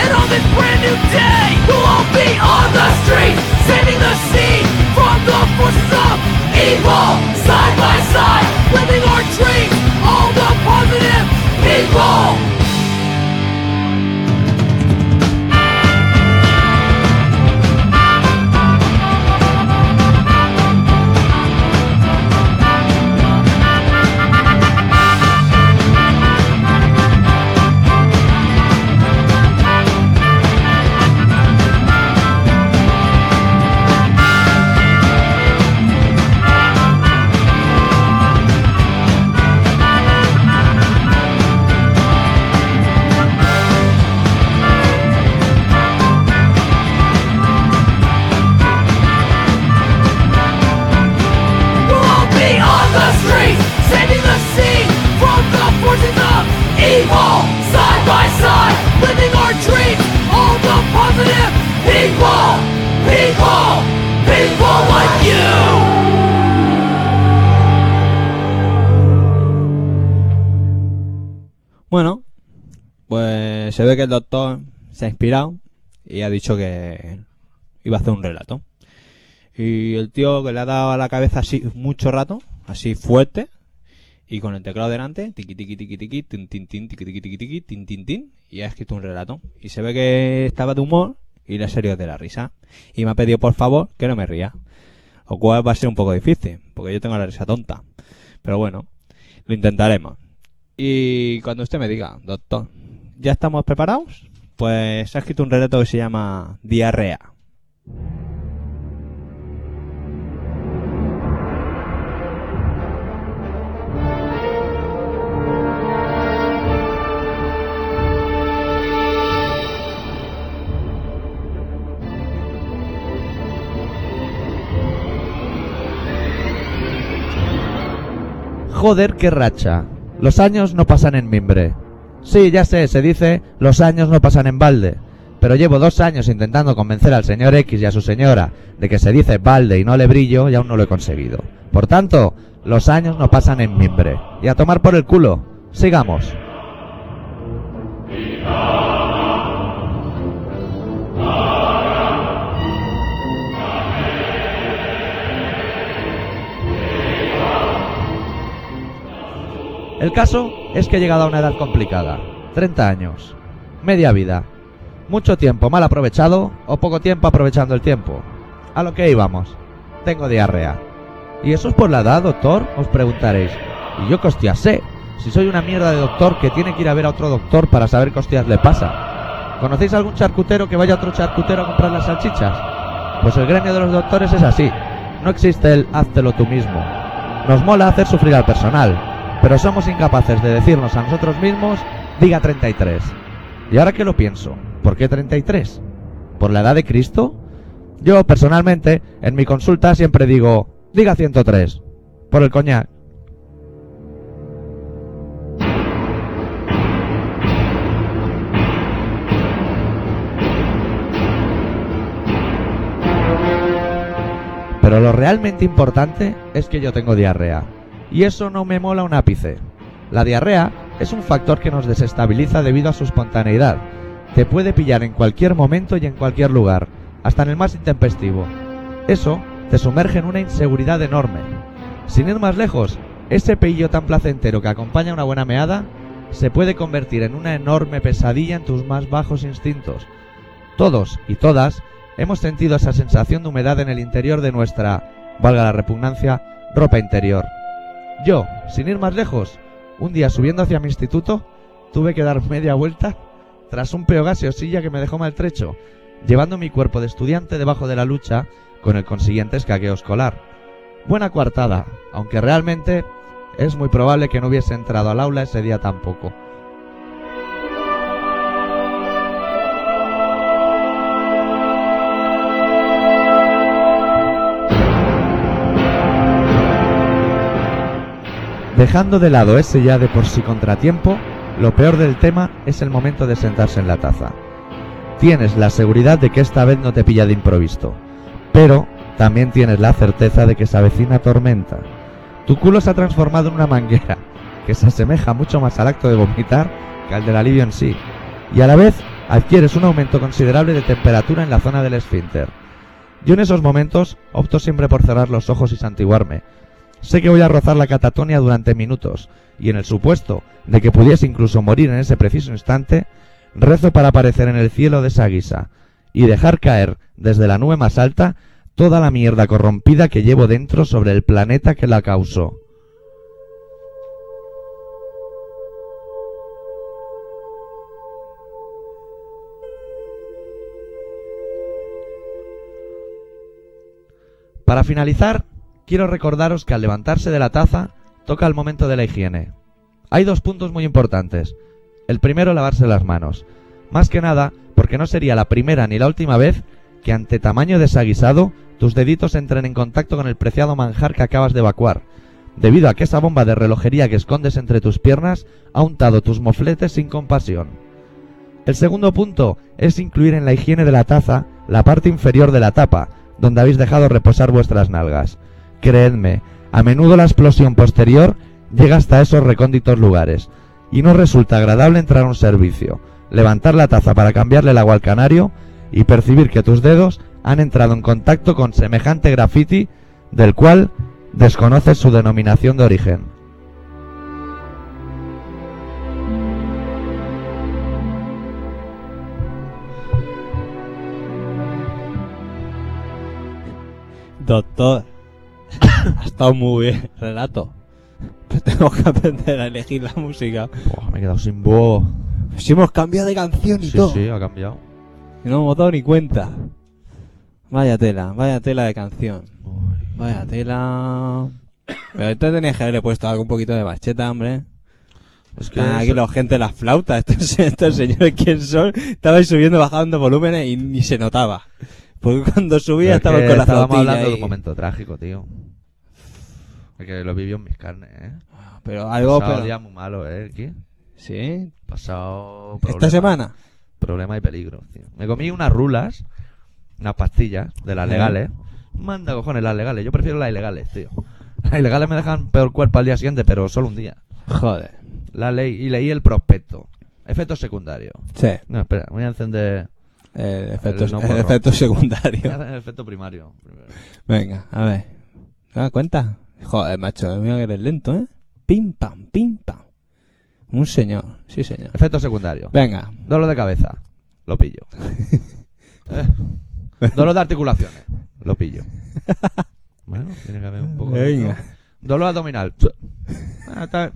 And on this brand new day, we'll all be on the streets, saving the scene from the forces of evil. Side by side, living our dreams. All the positive people. We'll all be on the streets, sending the scene from the forces of evil. Side by side, living our dreams. All the positive people, people, people like you.
Bueno, pues se ve que el doctor se ha inspirado y ha dicho que iba a hacer un relato. Y el tío que le ha dado a la cabeza así mucho rato, así fuerte, y con el teclado delante, tiqui tiqui tiqui tiqui, tin tin tin, tiqui tiqui tiqui tiqui, tin tin tin, y ha escrito un relato. Y se ve que estaba de humor y le ha salido de la risa. Y me ha pedido por favor que no me ría. Lo cual va a ser un poco difícil, porque yo tengo la risa tonta. Pero bueno, lo intentaremos. Y cuando usted me diga, doctor, ¿ya estamos preparados? Pues ha escrito un relato que se llama Diarrea.
Joder, qué racha. Los años no pasan en mimbre. Sí, ya sé, se dice, los años no pasan en balde. Pero llevo dos años intentando convencer al señor X y a su señora de que se dice balde y no le brillo y aún no lo he conseguido. Por tanto, los años no pasan en mimbre. Y a tomar por el culo. Sigamos. El caso es que he llegado a una edad complicada. 30 años. Media vida. Mucho tiempo mal aprovechado o poco tiempo aprovechando el tiempo. A lo que íbamos. Tengo diarrea. ¿Y eso es por la edad, doctor? Os preguntaréis. ¿Y yo qué hostias sé? Si soy una mierda de doctor que tiene que ir a ver a otro doctor para saber qué hostias le pasa. ¿Conocéis algún charcutero que vaya a otro charcutero a comprar las salchichas? Pues el gremio de los doctores es así. No existe el háztelo tú mismo. Nos mola hacer sufrir al personal, pero somos incapaces de decirnos a nosotros mismos, diga 33. Y ahora que lo pienso, ¿por qué 33? ¿Por la edad de Cristo? Yo, personalmente, en mi consulta siempre digo, diga 103, por el coñac. Pero lo realmente importante es que yo tengo diarrea. Y eso no me mola un ápice. La diarrea es un factor que nos desestabiliza debido a su espontaneidad. Te puede pillar en cualquier momento y en cualquier lugar, hasta en el más intempestivo. Eso te sumerge en una inseguridad enorme. Sin ir más lejos, ese peillo tan placentero que acompaña una buena meada se puede convertir en una enorme pesadilla en tus más bajos instintos. Todos y todas hemos sentido esa sensación de humedad en el interior de nuestra, valga la repugnancia, ropa interior. Yo, sin ir más lejos, un día subiendo hacia mi instituto, tuve que dar media vuelta tras un peo gaseosilla que me dejó maltrecho, llevando mi cuerpo de estudiante debajo de la lucha con el consiguiente escaqueo escolar. Buena coartada, aunque realmente es muy probable que no hubiese entrado al aula ese día tampoco. Dejando de lado ese ya de por sí contratiempo, lo peor del tema es el momento de sentarse en la taza. Tienes la seguridad de que esta vez no te pilla de improviso, pero también tienes la certeza de que se avecina tormenta. Tu culo se ha transformado en una manguera, que se asemeja mucho más al acto de vomitar que al del alivio en sí, y a la vez adquieres un aumento considerable de temperatura en la zona del esfínter. Yo en esos momentos opto siempre por cerrar los ojos y santiguarme, Sé que voy a rozar la catatonia durante minutos, y en el supuesto de que pudiese incluso morir en ese preciso instante, rezo para aparecer en el cielo de esa guisa, y dejar caer desde la nube más alta toda la mierda corrompida que llevo dentro sobre el planeta que la causó. Para finalizar, quiero recordaros que al levantarse de la taza toca el momento de la higiene. Hay dos puntos muy importantes. El primero, lavarse las manos. Más que nada, porque no sería la primera ni la última vez que ante tamaño desaguisado tus deditos entren en contacto con el preciado manjar que acabas de evacuar, debido a que esa bomba de relojería que escondes entre tus piernas ha untado tus mofletes sin compasión. El segundo punto es incluir en la higiene de la taza la parte inferior de la tapa, donde habéis dejado reposar vuestras nalgas. Creedme, a menudo la explosión posterior llega hasta esos recónditos lugares, y no resulta agradable entrar a un servicio, levantar la taza para cambiarle el agua al canario y percibir que tus dedos han entrado en contacto con semejante graffiti del cual desconoces su denominación de origen.
Doctor, <coughs> ha estado muy bien, relato. Pero tengo que aprender a elegir la música.
Buah, me he quedado sin voz.
Si hemos cambiado de canción y
Sí,
todo.
sí, ha cambiado.
Y no hemos dado ni cuenta. Vaya tela, vaya tela de canción. Vaya tela. Pero esto tenías que haberle puesto algo un poquito de bacheta, hombre.
Es que
Ah,
es-
aquí la gente de las flautas, <laughs> estos, estos señores quién son, estaban subiendo, bajando volúmenes y ni se notaba. Porque cuando
pero
subía
es
estaban
que
con la
estábamos
flautilla
hablando de un
ahí.
momento trágico, tío. Es que lo vivió en mis carnes, ¿eh?
Pero algo,
Pasado
pero-
día muy malo, ¿eh? ¿Qué?
Sí.
Pasado.
Esta
problema.
semana.
Problema y peligro. tío. Me comí unas rulas, unas pastillas de las
Eh.
legales. Manda cojones las legales. Yo prefiero las ilegales, tío. Las ilegales me dejan peor cuerpo al día siguiente, pero solo un día.
Joder.
La ley y leí el prospecto. Efectos secundarios.
Sí.
No, espera, voy a encender.
El efecto,
El no
el
porro.
efecto
voy a
secundario. <laughs>
hacer el efecto primario. primero.
Venga, a ver. ¿Te das cuenta? Joder, macho, mira que eres lento, ¿eh? Pim, pam, pim, pam. Un señor, sí, señor.
Efecto secundario.
Venga,
Dolor de cabeza. Lo <laughs> pillo. Eh, Dolor de articulaciones. Lo pillo. <laughs> Bueno, tiene que haber un poco. de
Venga.
todo. Dolor abdominal. Ah, está-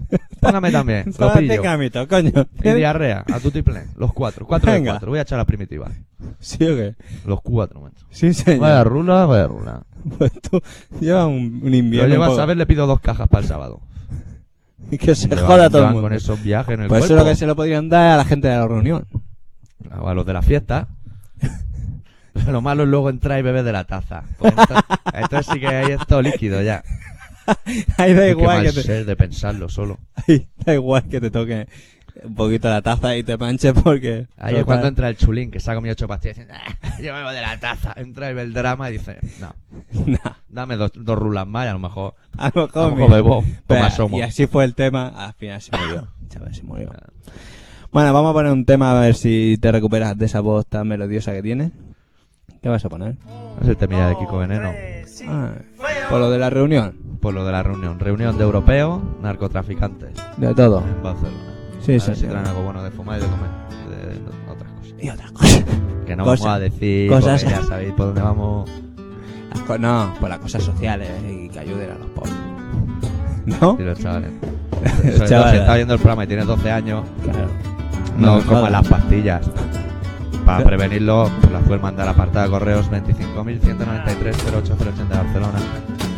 <laughs>
Póngame también. Lo
Tómate
pillo.
camito, coño.
Y diarrea. A tu triple. Los cuatro. Cuatro de
Venga.
cuatro. Voy a echar las primitivas.
<laughs> ¿Sí o qué?
Los cuatro, macho.
Sí, señor.
Vaya rula, vaya rula.
Pues tú llevas un, un
Lo
invierno. un
llevas
poco-
a ver, le pido dos cajas para el sábado.
<laughs> Que se
Le
<laughs> joda
van-
todo
le
el
van
mundo.
Con esos viajes en el
Pues eso es
cuerpo.
lo que se lo podrían dar a la gente de la
<laughs>
reunión.
Claro, a los de la fiesta. <laughs> Lo malo es luego entrar y beber de la taza. Pues
<laughs>
ento- entonces sí que hay esto líquido ya.
Ahí da
Qué
igual
mal
que te,
ser de pensarlo solo.
ahí da igual que te toque un poquito la taza y te manches porque.
Ahí es cuando entra el chulín que saca mi ocho pastillas y dice, "Ah, yo bebo de la taza. Entra y ve el drama y dice, no,
<laughs> Nah,
dame dos, dos rulas más y a lo mejor,
a lo
a lo
mejor.
mejor
mira.
bebo, toma
Espera,
asomo. Ah.
Y así fue el tema. Al final se murió. Chaval, se murió. Bueno, vamos a poner un tema a ver si te recuperas de esa voz tan melodiosa que tienes. ¿Qué vas a poner?
No se te mira de Kiko Veneno.
Ah, por lo de la reunión.
Por lo de la reunión. Reunión de europeos, narcotraficantes
De todo.
en Barcelona.
Sí,
a ver
señor.
si traen algo bueno de fumar y de comer. De otras cosas.
Y otra cosa.
Que no
Cosa-
vamos a decir,
cosas-
porque ya sabéis por dónde vamos.
Las co- No, por las cosas sociales eh, y que ayuden a los
<laughs>
pobres. ¿No?
Y los chavales. Sobre todo
Chavales.
si está viendo el programa y tienes 12 años,
Claro.
no,
me
comas
jodas.
las pastillas. Para
Sí.
prevenirlo, pues las puedes mandar a la de correos 25.193.08080 de Barcelona.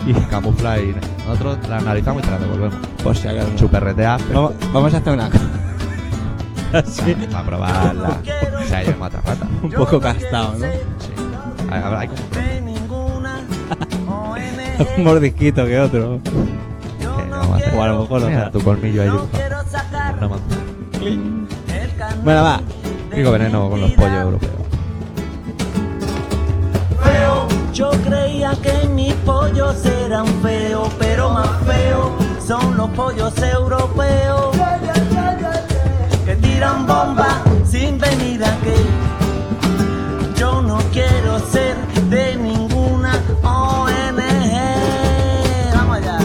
Y camufla y nosotros la analizamos y te la devolvemos.
Por si acaso.
Un super RTA
Vamos, vamos a hacer una cosa.
<laughs>
Así,
para probarla. O sea, yo me mato a pata.
un poco gastado,
<laughs>
¿no?
Sí. Hay, hay como que
Un mordisquito que otro.
no va a hacer.
O a lo mejor lo
Mira,
sea.
tu colmillo ahí dibujado. Una manzana.
Bueno, va.
Digo veneno con los pollos europeos.
Yo creía que mis pollos eran feos, pero más feos son los pollos europeos que tiran bomba sin venir aquí. Yo no quiero ser de ninguna ONG. Vamos allá.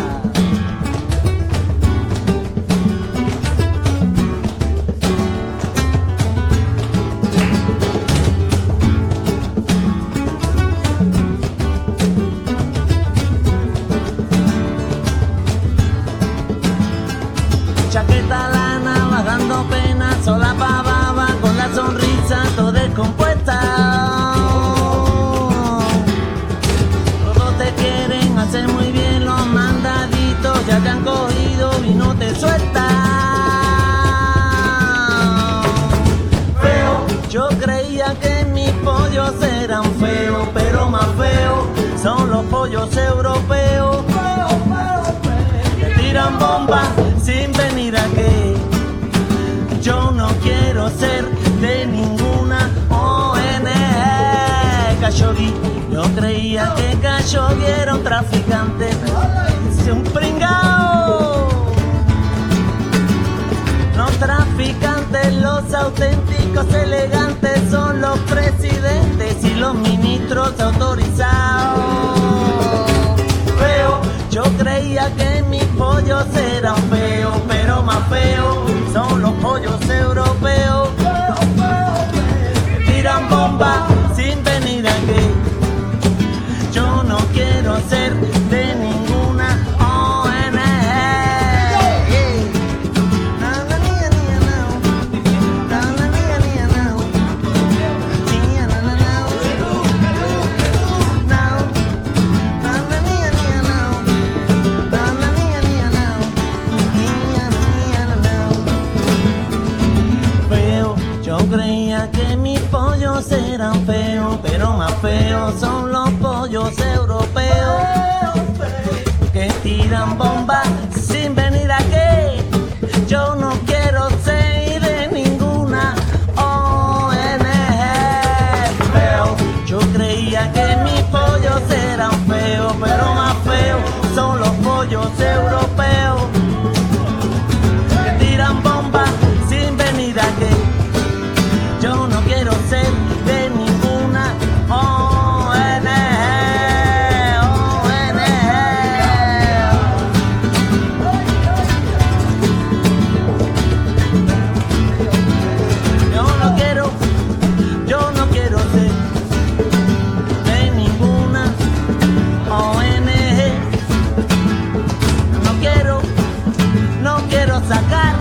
Chaqueta lana, bajando pena, sola pa' baba, con la sonrisa todo descompuesta. Todos te quieren hacer muy bien los mandaditos, ya te han cogido y no te sueltan. feo. Yo creía que mis pollos eran feos, pero más feos son los pollos europeos. Que tiran bombas sin venir aquí. Yo no quiero ser de ninguna ONG. Khashoggi, yo creía que Khashoggi era un traficante. Es un pringao. Los traficantes, los auténticos elegantes son los presidentes y los ministros autorizados. Feo, yo creía que mis pollos eran feos, pero más feos son los pollos europeos. Tiran bombas sin venir aquí. Yo no quiero ser de ninguna ONG. Yeah. Feo, yo creía que mis pollos eran feos, pero más feos son los pollos europeos que tiran bombas sin venir aquí. Yo no quiero ser europeos que tiran bombas sin venir aquí. Yo no quiero ser de ninguna ONG. ONG. Yo no quiero, yo no quiero ser de ninguna ONG. No quiero, no quiero sacar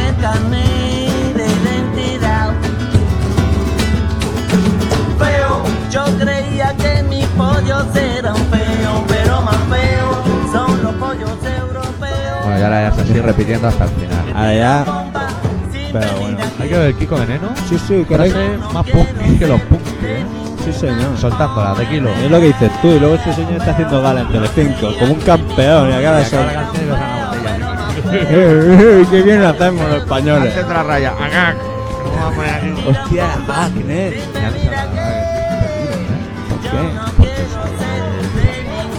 el carnet de identidad. Feo, yo creía que mis pollos eran feos, pero más feos son los pollos europeos.
Bueno, ya la harás así repitiendo hasta el final.
Ahora ya.
Bomba, sin
pero
venir
bueno,
aquí.
Hay que ver Kiko Veneno.
Sí, sí, que
Parece más punk que los punk, ¿eh?
Sí, señor.
Soltándola de kilo.
Es lo que dices tú, y luego este señor está haciendo gala en Telecinco, como un campeón, y acaba de
Acaba la
ser...
canción y lo saca la botella.
¡Qué bien lo hacemos los españoles!
Hace otra raya. Agac. No vamos a poner aquí.
¡Hostia, Agnes!
Ya no se la-
¿Por qué?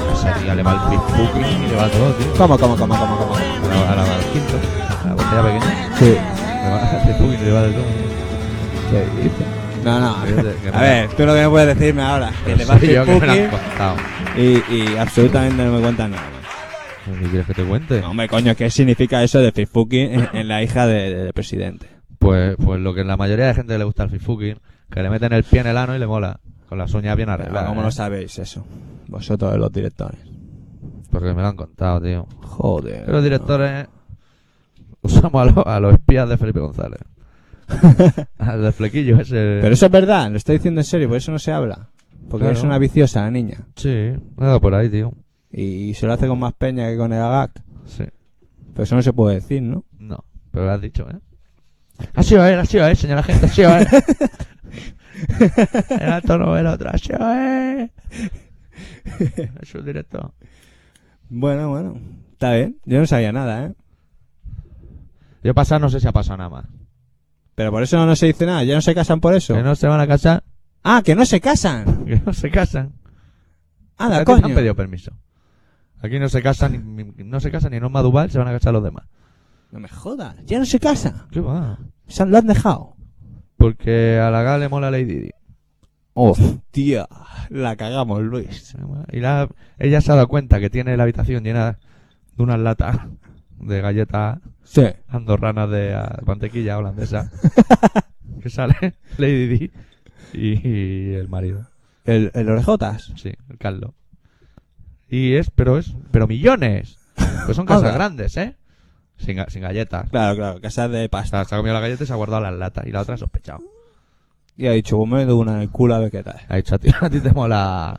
No sé, tío, le va el Facebook y le va todo, tío.
¿Cómo, cómo, cómo, cómo, cómo?
A la, a la, al quinto. A la botella pequeña.
Sí.
Le va <laughs> el Facebook y le va de todo.
¿Qué dices? No, no.
Que me-
A ver, tú lo que me puedes decirme ahora, que le vas
Sí, yo que me lo han
a
contado.
y, y absolutamente no me cuentan nada. más.
¿Qué quieres que te cuente?
No, hombre, coño, ¿qué significa eso de Fifuki en, en la hija de- de- del presidente?
Pues, pues lo que la mayoría de gente le gusta al Fifuki, que le meten el pie en el ano y le mola. Con las uñas bien
Pero,
arregladas.
¿Cómo lo
¿eh?
sabéis eso? Vosotros, los directores.
Porque me lo han contado, tío.
Joder.
Que los directores usamos a, lo- a los espías de Felipe González.
<laughs>
Al de flequillo ese.
Pero eso es verdad, lo estoy diciendo en serio, por eso no se habla. Porque
Claro.
es una viciosa la niña.
Sí, nada por ahí, tío.
Y se lo hace con más peña que con el agac.
Sí.
Pero eso no se puede decir, ¿no?
No, pero lo has dicho, ¿eh? Ha sido él, ha sido él, señora gente, ha sido él. el alto no, el otro, ha sido él. Es su director.
<laughs> Bueno, bueno. Está bien. Yo no sabía nada, ¿eh?
Yo pasar no sé si ha pasado nada más.
Pero por eso no se dice nada. Ya no se casan por eso.
Que no se van a casar,
Ah, que no se casan.
que no se casan.
Ah,
A
la
ti te
coño.
han pedido permiso. Aquí no se casan, ni- ni- no se casan ni en Norma Duval, se van a casar los demás.
No me jodas. Ya no se casan.
¿Qué va?
Se han- lo han dejado.
Porque a la GA le mola Lady Di.
Hostia. La cagamos, Luis.
Y la, ella se ha dado cuenta que tiene la habitación llena de unas latas de galletas
Sí.
andorranas de ah, mantequilla holandesa. que sale Lady Di y, y el marido.
El, el orejotas.
Sí, el Carlos. Y es, pero es, pero millones. Pues son casas
Ahora.
grandes, ¿eh? Sin, ga- sin galletas.
Claro, claro. Casas de
O
pasta.
sea, se ha comido la galleta y se ha guardado las latas. Y la otra ha sospechado.
Y ha dicho, vos me doy una en el culo a ver qué tal.
Ha dicho a ti, a ti te mola.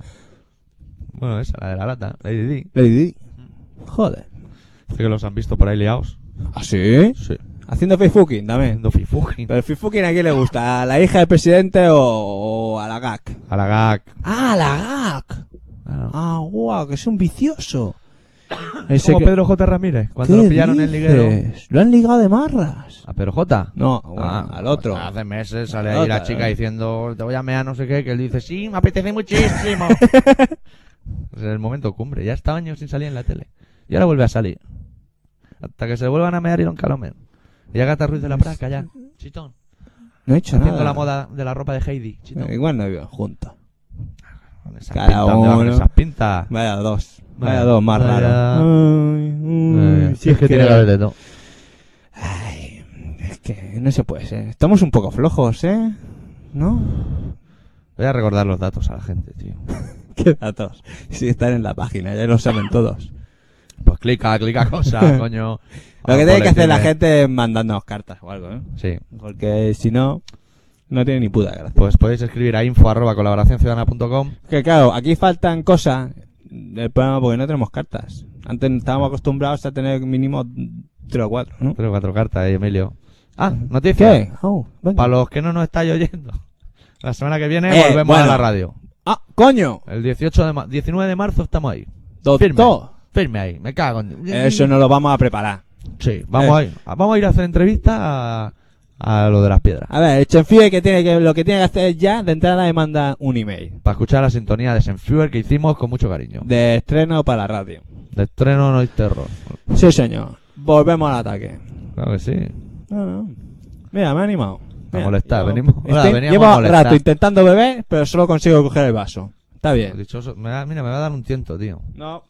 Bueno, esa, la de la lata, Lady Di.
Lady. Joder.
Dice que los han visto por ahí liados.
¿Ah, sí?
Sí.
Haciendo facebooking también.
Haciendo fifuji.
Pero el facebooking a quién le gusta, ¿a la hija del presidente o, o a la GAC?
A la gag.
¡Ah, la GAC! ¡Ah, guau, que es un vicioso! <coughs>
Es
Ese
como
que-
Pedro J. Ramírez, cuando lo
¿Qué
pillaron en liguero.
dices? ¿Lo han ligado de marras?
¿A Pedro J?
No, bueno, Ah, al otro.
pues Hace meses sale
Al
ahí la
otro,
chica
eh.
diciendo, te voy a mear no sé qué, que él dice, sí, me apetece
<laughs>
muchísimo. es el momento cumbre, ya está años sin salir en la tele. Y ahora vuelve a salir. Hasta que se vuelvan a mear y lo encalomen. Y ya Gata Ruiz de la Praca, ya. Chitón.
No he hecho
Haciendo
nada.
la moda de la ropa de Heidi. Chitón.
Ah. Eh, Igual no viven juntos.
Con esas
cada
pintas, me va con
uno.
esas pintas.
Vaya dos. Vaya,
Vaya.
dos más
Vaya.
raros. Ay, uy,
Eh,
Mm, si es que,
de todo.
Ay, es que no se puede ser. Estamos un poco flojos, ¿eh? <laughs> ¿No?
Voy a recordar los datos a la gente, tío.
¿Qué datos? Si están en la página, ya lo saben todos.
Pues
<laughs>
clica, clica cosas, coño.
Lo que
Ah,
tiene que hacer la
boletines.
gente es mandándonos cartas o algo, ¿eh?
Sí.
Porque si no, no tiene ni puta gracia.
Pues podéis escribir a info arroba colaboracionciudadana.com.
Que claro, aquí faltan cosas del programa porque no tenemos cartas. Antes estábamos acostumbrados a tener mínimo tres o cuatro, ¿no?
Tres o cuatro cartas ahí, Emilio. Ah, noticia.
¿Qué? Oh, venga.
Para los que no nos estáis oyendo. La semana que viene
Eh,
volvemos
bueno.
a la radio.
¡Ah, coño!
El 18 de ma- 19 de marzo estamos ahí. Firme.
¡Doctor!
Firme ahí, me cago en...
Eso no lo vamos a preparar.
Sí, vamos
Eh.
a ir. Vamos a ir a hacer entrevistas a, a lo de las piedras.
A ver, el Chenfie que tiene que, lo que tiene que hacer es ya, de entrada, le manda un email.
Para escuchar la sintonía de Senfuer que hicimos con mucho cariño.
De estreno para la radio.
De estreno no hay terror.
Sí, señor. Volvemos al ataque.
Claro que sí.
No, no. Mira, me ha animado.
A
Mira,
molestar,
yo-
venimos-
Estoy-
Hola, veníamos
llevo
a molestar.
rato intentando beber, pero solo consigo coger el vaso. Está bien.
Dichoso. Me va- mira, me va a dar un tiento, tío.
No.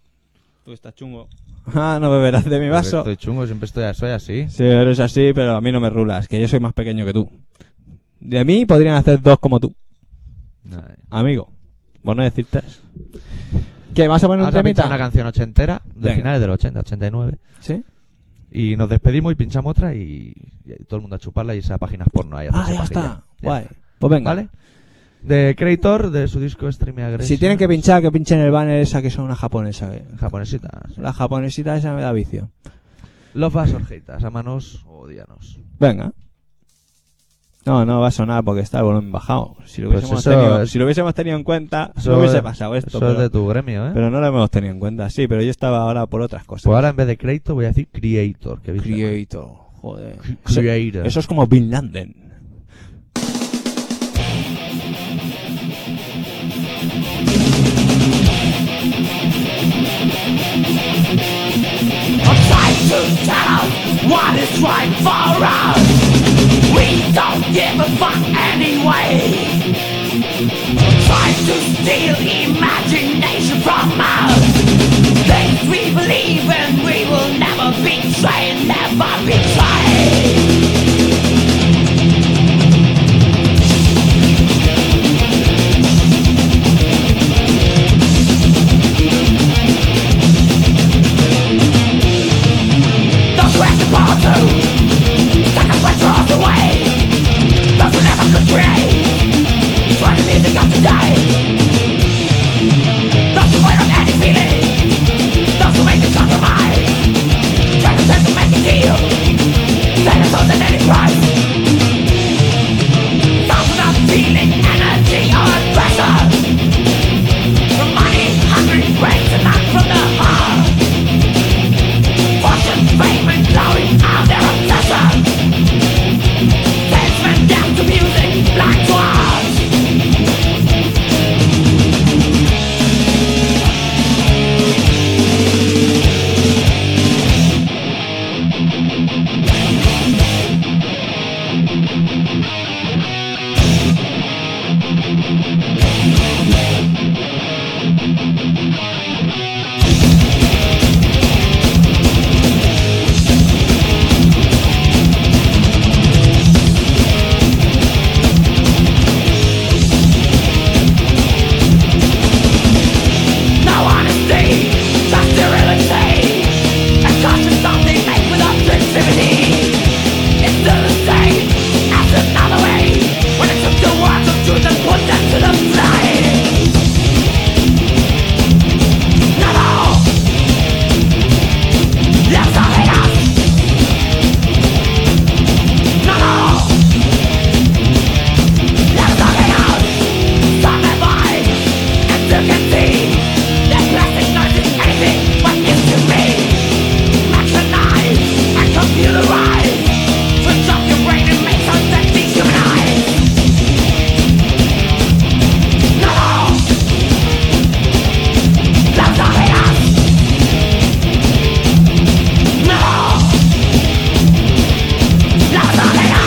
Tú estás chungo. Ah, no beberás de mi
Porque
vaso.
Estoy chungo, siempre estoy, soy así.
Sí, eres así, pero a mí no me rulas, que yo soy más pequeño que tú. De mí podrían hacer dos como tú,
Ay.
amigo. Por no decir tres. ¿Qué, vas a poner un
Ahora pinchamos una
temita?
canción ochentera de
Venga.
finales del 80, 89.
¿Sí?
Y nos despedimos y pinchamos otra y, y todo el mundo a chuparla y esas páginas porno. Ahí a
Ah,
hacerse
ya
pajilla.
está.
pues Ya
Guay.
está.
Pues venga.
¿Vale? De Creator, de su disco Stream Aggressive.
Si tienen que pinchar, que pinchen el banner esa que son una japonesa. que-
Japonesitas.
La japonesita esa me da vicio.
Los vas orgeitas, amanos o odianos.
Venga. No, no va a sonar porque está el volumen bajado. Si lo
Pues
hubiésemos,
eso
tenido,
es-
si lo hubiésemos tenido en cuenta,
Eso
no hubiese
es-
pasado esto.
Eso
Pero,
es de tu gremio, ¿eh?
pero no lo hemos tenido en cuenta. Sí, pero yo estaba ahora por otras cosas.
Pues ahora en vez de Creator voy a decir Creator. Que viste.
Creator, joder.
Cre- Creator.
Eso es como Bin Laden.
I'm trying to tell us what is right for us. We don't give a fuck anyway. I'm trying to steal imagination from us. Things we believe in, we will never betray, never betray. The quick to fall to Sacrifice draws away Those who never could create Each one of these they got today Those who fight on any feeling Those who make the compromise Try to tend to make a deal Better so than any price Those not feeling energy or pressure From money, hungry, great and not from the heart Fortune, fame, and glory are their obsession. Dance men down to music, black swans. No honesty, just sterility. And conscious something made with objectivity. It's still the same as another way. When it took the words of truth and put them to the flame. Never. There's no hate us. Never. There's no hate us. Some advice, as you can see, that plastic noise is anything but used to be. Mechanized and computerized, switch off your brain and make us that dehumanized. No, that's not enough. No, that's not enough.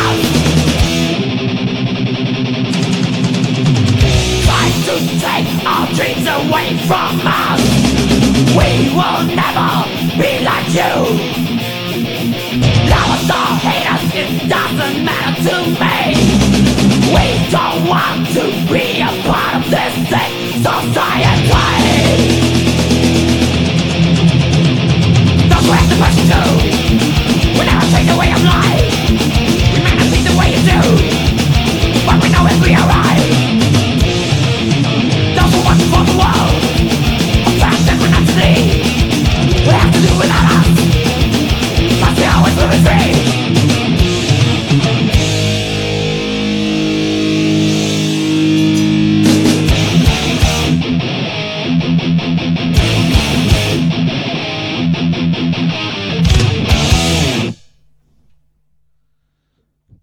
try to take our dreams away from us. We will never be like you. Love us or hate us, it doesn't matter to me. We don't want to be a part of this sick society. Don't let the person do. We never change the way of life. We may not see the way you do, but we know it'll be alright. Don't for what for the world A fact that we're not today We have to do without us Must be always living free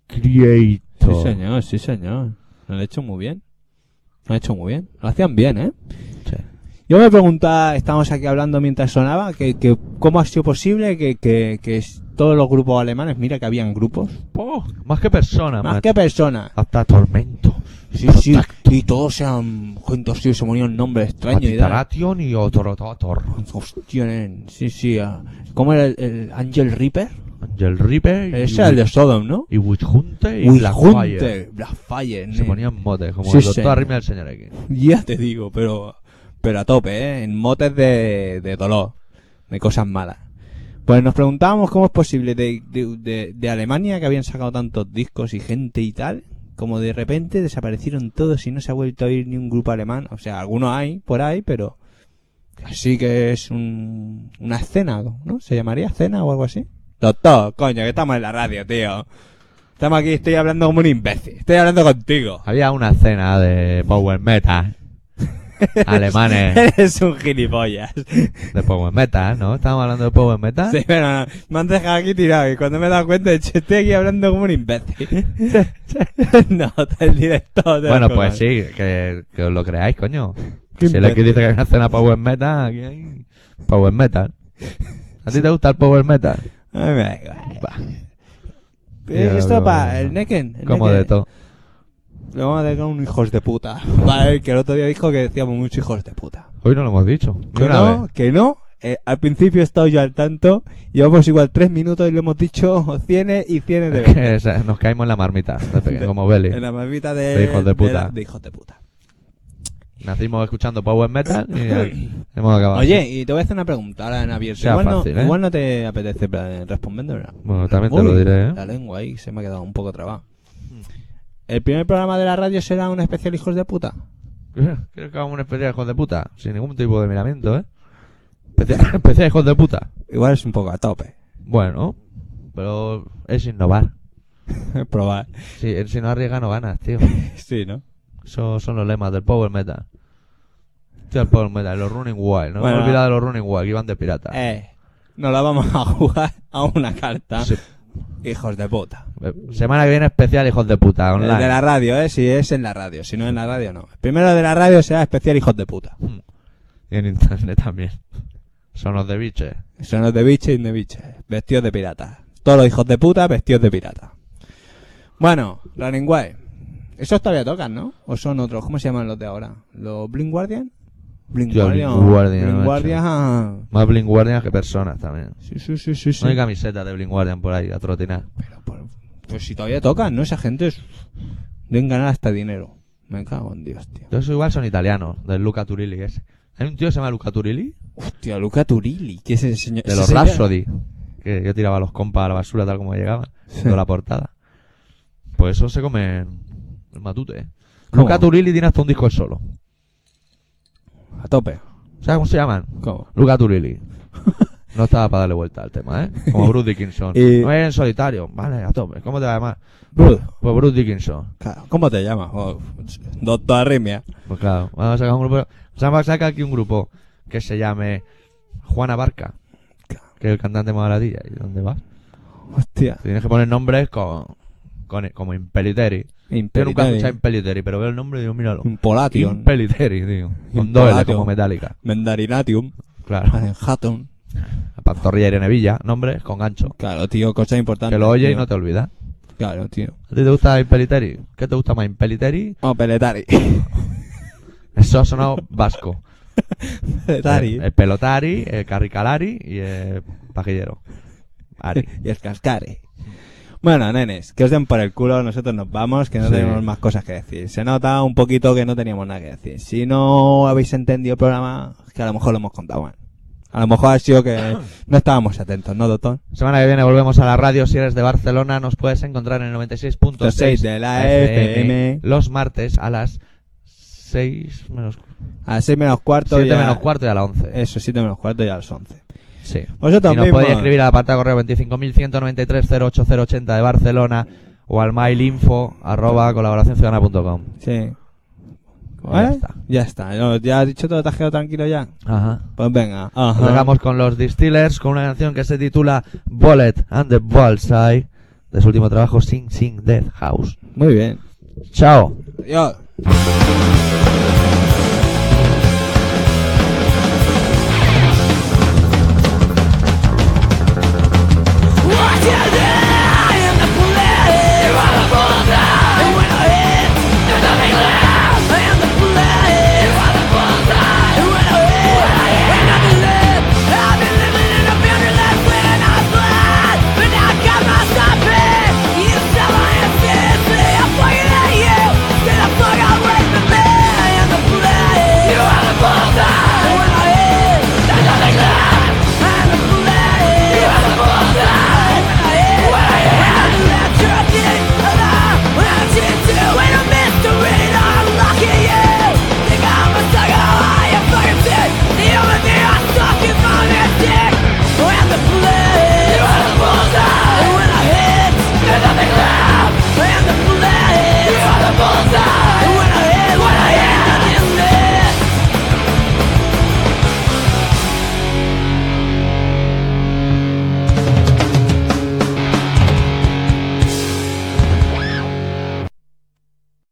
Creator.
Sí, señor, sí, señor. Lo han hecho muy bien. Lo han hecho muy bien. Lo hacían bien, ¿eh?
Sí.
Yo me preguntaba, estábamos aquí hablando mientras sonaba, que, que cómo ha sido posible que, que- que s- todos los grupos alemanes, mira que habían grupos,
Po, más que persona,
más
macho.
que personas.
Hasta tormento.
Sí, sí, y todos eran gente así, se ponían nombres extraños y tal.
Patitaration y Otorototor.
Hostia, nen, sí, sí. ah. ¿Cómo era el, el Angel Reaper?
Angel Reaper. y
Ese era el de Sodom, ¿no?
Y Witch Hunter y
Uy,
Black
Hunter,
Fire.
Blackfire,
Se
nen.
ponían motes, como
Sí,
el doctor
señor.
arriba del señor aquí.
<laughs> Ya te digo, pero, pero a tope, ¿eh? En motes de, de dolor, de cosas malas. Pues nos preguntábamos cómo es posible de, de- de- de Alemania, que habían sacado tantos discos y gente y tal, como de repente desaparecieron todos y no se ha vuelto a oír ni un grupo alemán. O sea, algunos hay por ahí, pero así que es un, una escena, ¿no? ¿Se llamaría escena o algo así? Doctor, coño, que estamos en la radio, tío. Estamos aquí, estoy hablando como un imbécil. Estoy hablando contigo. <laughs>
Había una escena de Power Metal. Alemanes
Eres un gilipollas.
de Power Metal, ¿no? Estábamos hablando de Power Metal.
<laughs> Sí, pero no, me han dejado aquí tirado y cuando me he dado cuenta he dicho, estoy aquí hablando como un imbécil. <laughs> no, el director. de
Bueno,
la
pues
cola.
sí, que, que os lo creáis, coño.
Qué
Si le
invento.
dice que hay una escena Power Metal, aquí hay Power Metal. ¿A ti te gusta el Power Metal?
Ay, me da igual.
Bah,
Eh,
Ya,
Esto
lo-
para el Necken. el
como
Necken.
de todo.
Lo vamos a dejar un hijos de puta. Vale, que el otro día dijo que decíamos muchos hijos de puta.
Hoy no lo hemos dicho. ni
Que
una
no,
vez.
que no. eh, al principio he estado yo al tanto. Llevamos igual tres minutos y lo hemos dicho cienes y
<laughs>
cienes de
Es
veces.
que se- nos caímos en la marmita, de pequeño,
De-
como Belly.
En la maldita de,
De hijos de puta.
la- de hijos de puta.
Nacimos escuchando Power Metal
<clears throat>
y ya hemos acabado.
Oye, y te voy a hacer una pregunta ahora en abierto.
Sea
Igual,
fácil,
no,
¿eh?
igual no te apetece eh, responderme. ¿no?
Bueno, también te lo
Uy,
diré, ¿eh?
La lengua ahí se me ha quedado un poco trabada. ¿El primer programa de la radio será un especial hijos de puta?
<laughs> Creo que hagamos una especie de hijos de puta, sin ningún tipo de miramiento, ¿eh? <laughs> Especie, especie de hijos de puta.
Igual es un poco a tope. <laughs>
Bueno, pero es innovar.
Probar.
Sí, si no arriesga no ganas, tío.
Sí, ¿no?
Eso son los lemas del Power Metal. Tío, el Power Metal, los Running Wild. No me
Bueno.
he olvidado de los Running Wild, que iban de pirata.
Eh, nos la vamos a jugar a una carta.
Sí.
Hijos de puta.
Eh, Semana que viene especial, hijos de puta,
El
online.
de la radio, ¿eh? Si es en la radio. Si no en la radio, no. El primero de la radio será especial hijos de puta.
Y en internet también. Son los de biches.
Son los de biche y de biche. Vestidos de pirata. Todos los hijos de puta vestidos de pirata. Bueno, Running Wild. Esos todavía tocan, ¿no? ¿O son otros? ¿Cómo se llaman los de ahora? ¿Los Blink Guardian? Blink
Yo,
Guardian.
Blink Guardian,
Blink
macho.
Guardian.
Más Blink Guardian que personas también.
Sí, sí, sí, sí. sí.
No hay camisetas de Blink Guardian por ahí a trotinar.
Pero, por- pues si todavía tocan, ¿no? Esa gente es... Deben ganar hasta dinero. Me cago en Dios, tío.
Yo soy igual, son italianos, del Luca Turilli ese. Hay un tío que se llama Luca Turilli,
Hostia, Luca Turilli. ¿Qué es ese señor?
de
ese
los
señor-
Rhapsody, que yo tiraba a los compas a la basura tal como llegaban, viendo la portada. Pues eso se come el matute.
¿Cómo?
Luca Turilli tiene hasta un disco él solo.
A tope.
¿Sabes cómo se llaman?
¿Cómo?
Luca
<laughs>
Turilli. No estaba para darle vuelta al tema, ¿eh? Como Bruce Dickinson.
<laughs> Y-
No eres en solitario. Vale, a tope. ¿Cómo te va a llamar?
Bruce.
Pues Bruce Dickinson.
Claro, ¿Cómo te llamas? Oh, doctor Arrimia.
Pues claro, vamos a sacar un grupo. Vamos a sacar aquí un grupo que se llame Juana Barca, que es el cantante más baratilla. ¿Y dónde vas?
Hostia.
Tienes que poner nombres con, con- como Impeliteri. Yo nunca he escuchado Impeliteri, pero veo el nombre y digo, míralo.
Impolation.
Impeliteri, digo. Con
Impolation.
dos L como metálica.
Mendarinatium.
Claro.
Manhattan.
La Pantorrilla Irene Villa, nombres con gancho.
Claro, tío, cosas importantes.
Que lo oyes y
tío.
no te olvidas.
Claro, tío.
¿A ti te gusta Impeliteri? ¿Qué te gusta más, Impeliteri?
Oh, <laughs> Peletari.
Eso ha sonado vasco.
Peletari.
El, el pelotari, el carricalari y el pajillero. Ari.
y el cascare. Bueno, nenes, que os den por el culo, nosotros nos vamos, que no
Sí.
tenemos más cosas que decir. Se nota un poquito que no teníamos nada que decir. Si no habéis entendido el programa, es que a lo mejor lo hemos contado mal. A lo mejor ha sido
<laughs>
que no estábamos atentos, ¿no, doctor?
Semana que viene volvemos a la radio. Si eres de Barcelona, nos puedes encontrar en el 96.6
de la FM.
Los martes a las 6 menos
A las 6 menos cuarto
7
y a-
menos cuarto y a las 11.
Eso, 7 menos cuarto y a las 11.
Sí.
Vosotros
Y nos
mismos.
podéis escribir al apartado correo 25.193.08080 de Barcelona o al mail info arroba colaboracionciudadana.com.
Sí.
Ya
¿Eh?
está.
Ya está. ¿no? ¿Ya has dicho todo? ¿Te has quedado tranquilo ya?
Ajá.
Pues venga.
Nos
Ajá.
dejamos con los Distillers con una canción que se titula Bullet and the Bullseye de su último trabajo, Sing Sing Death House.
Muy bien.
Chao.
Adiós.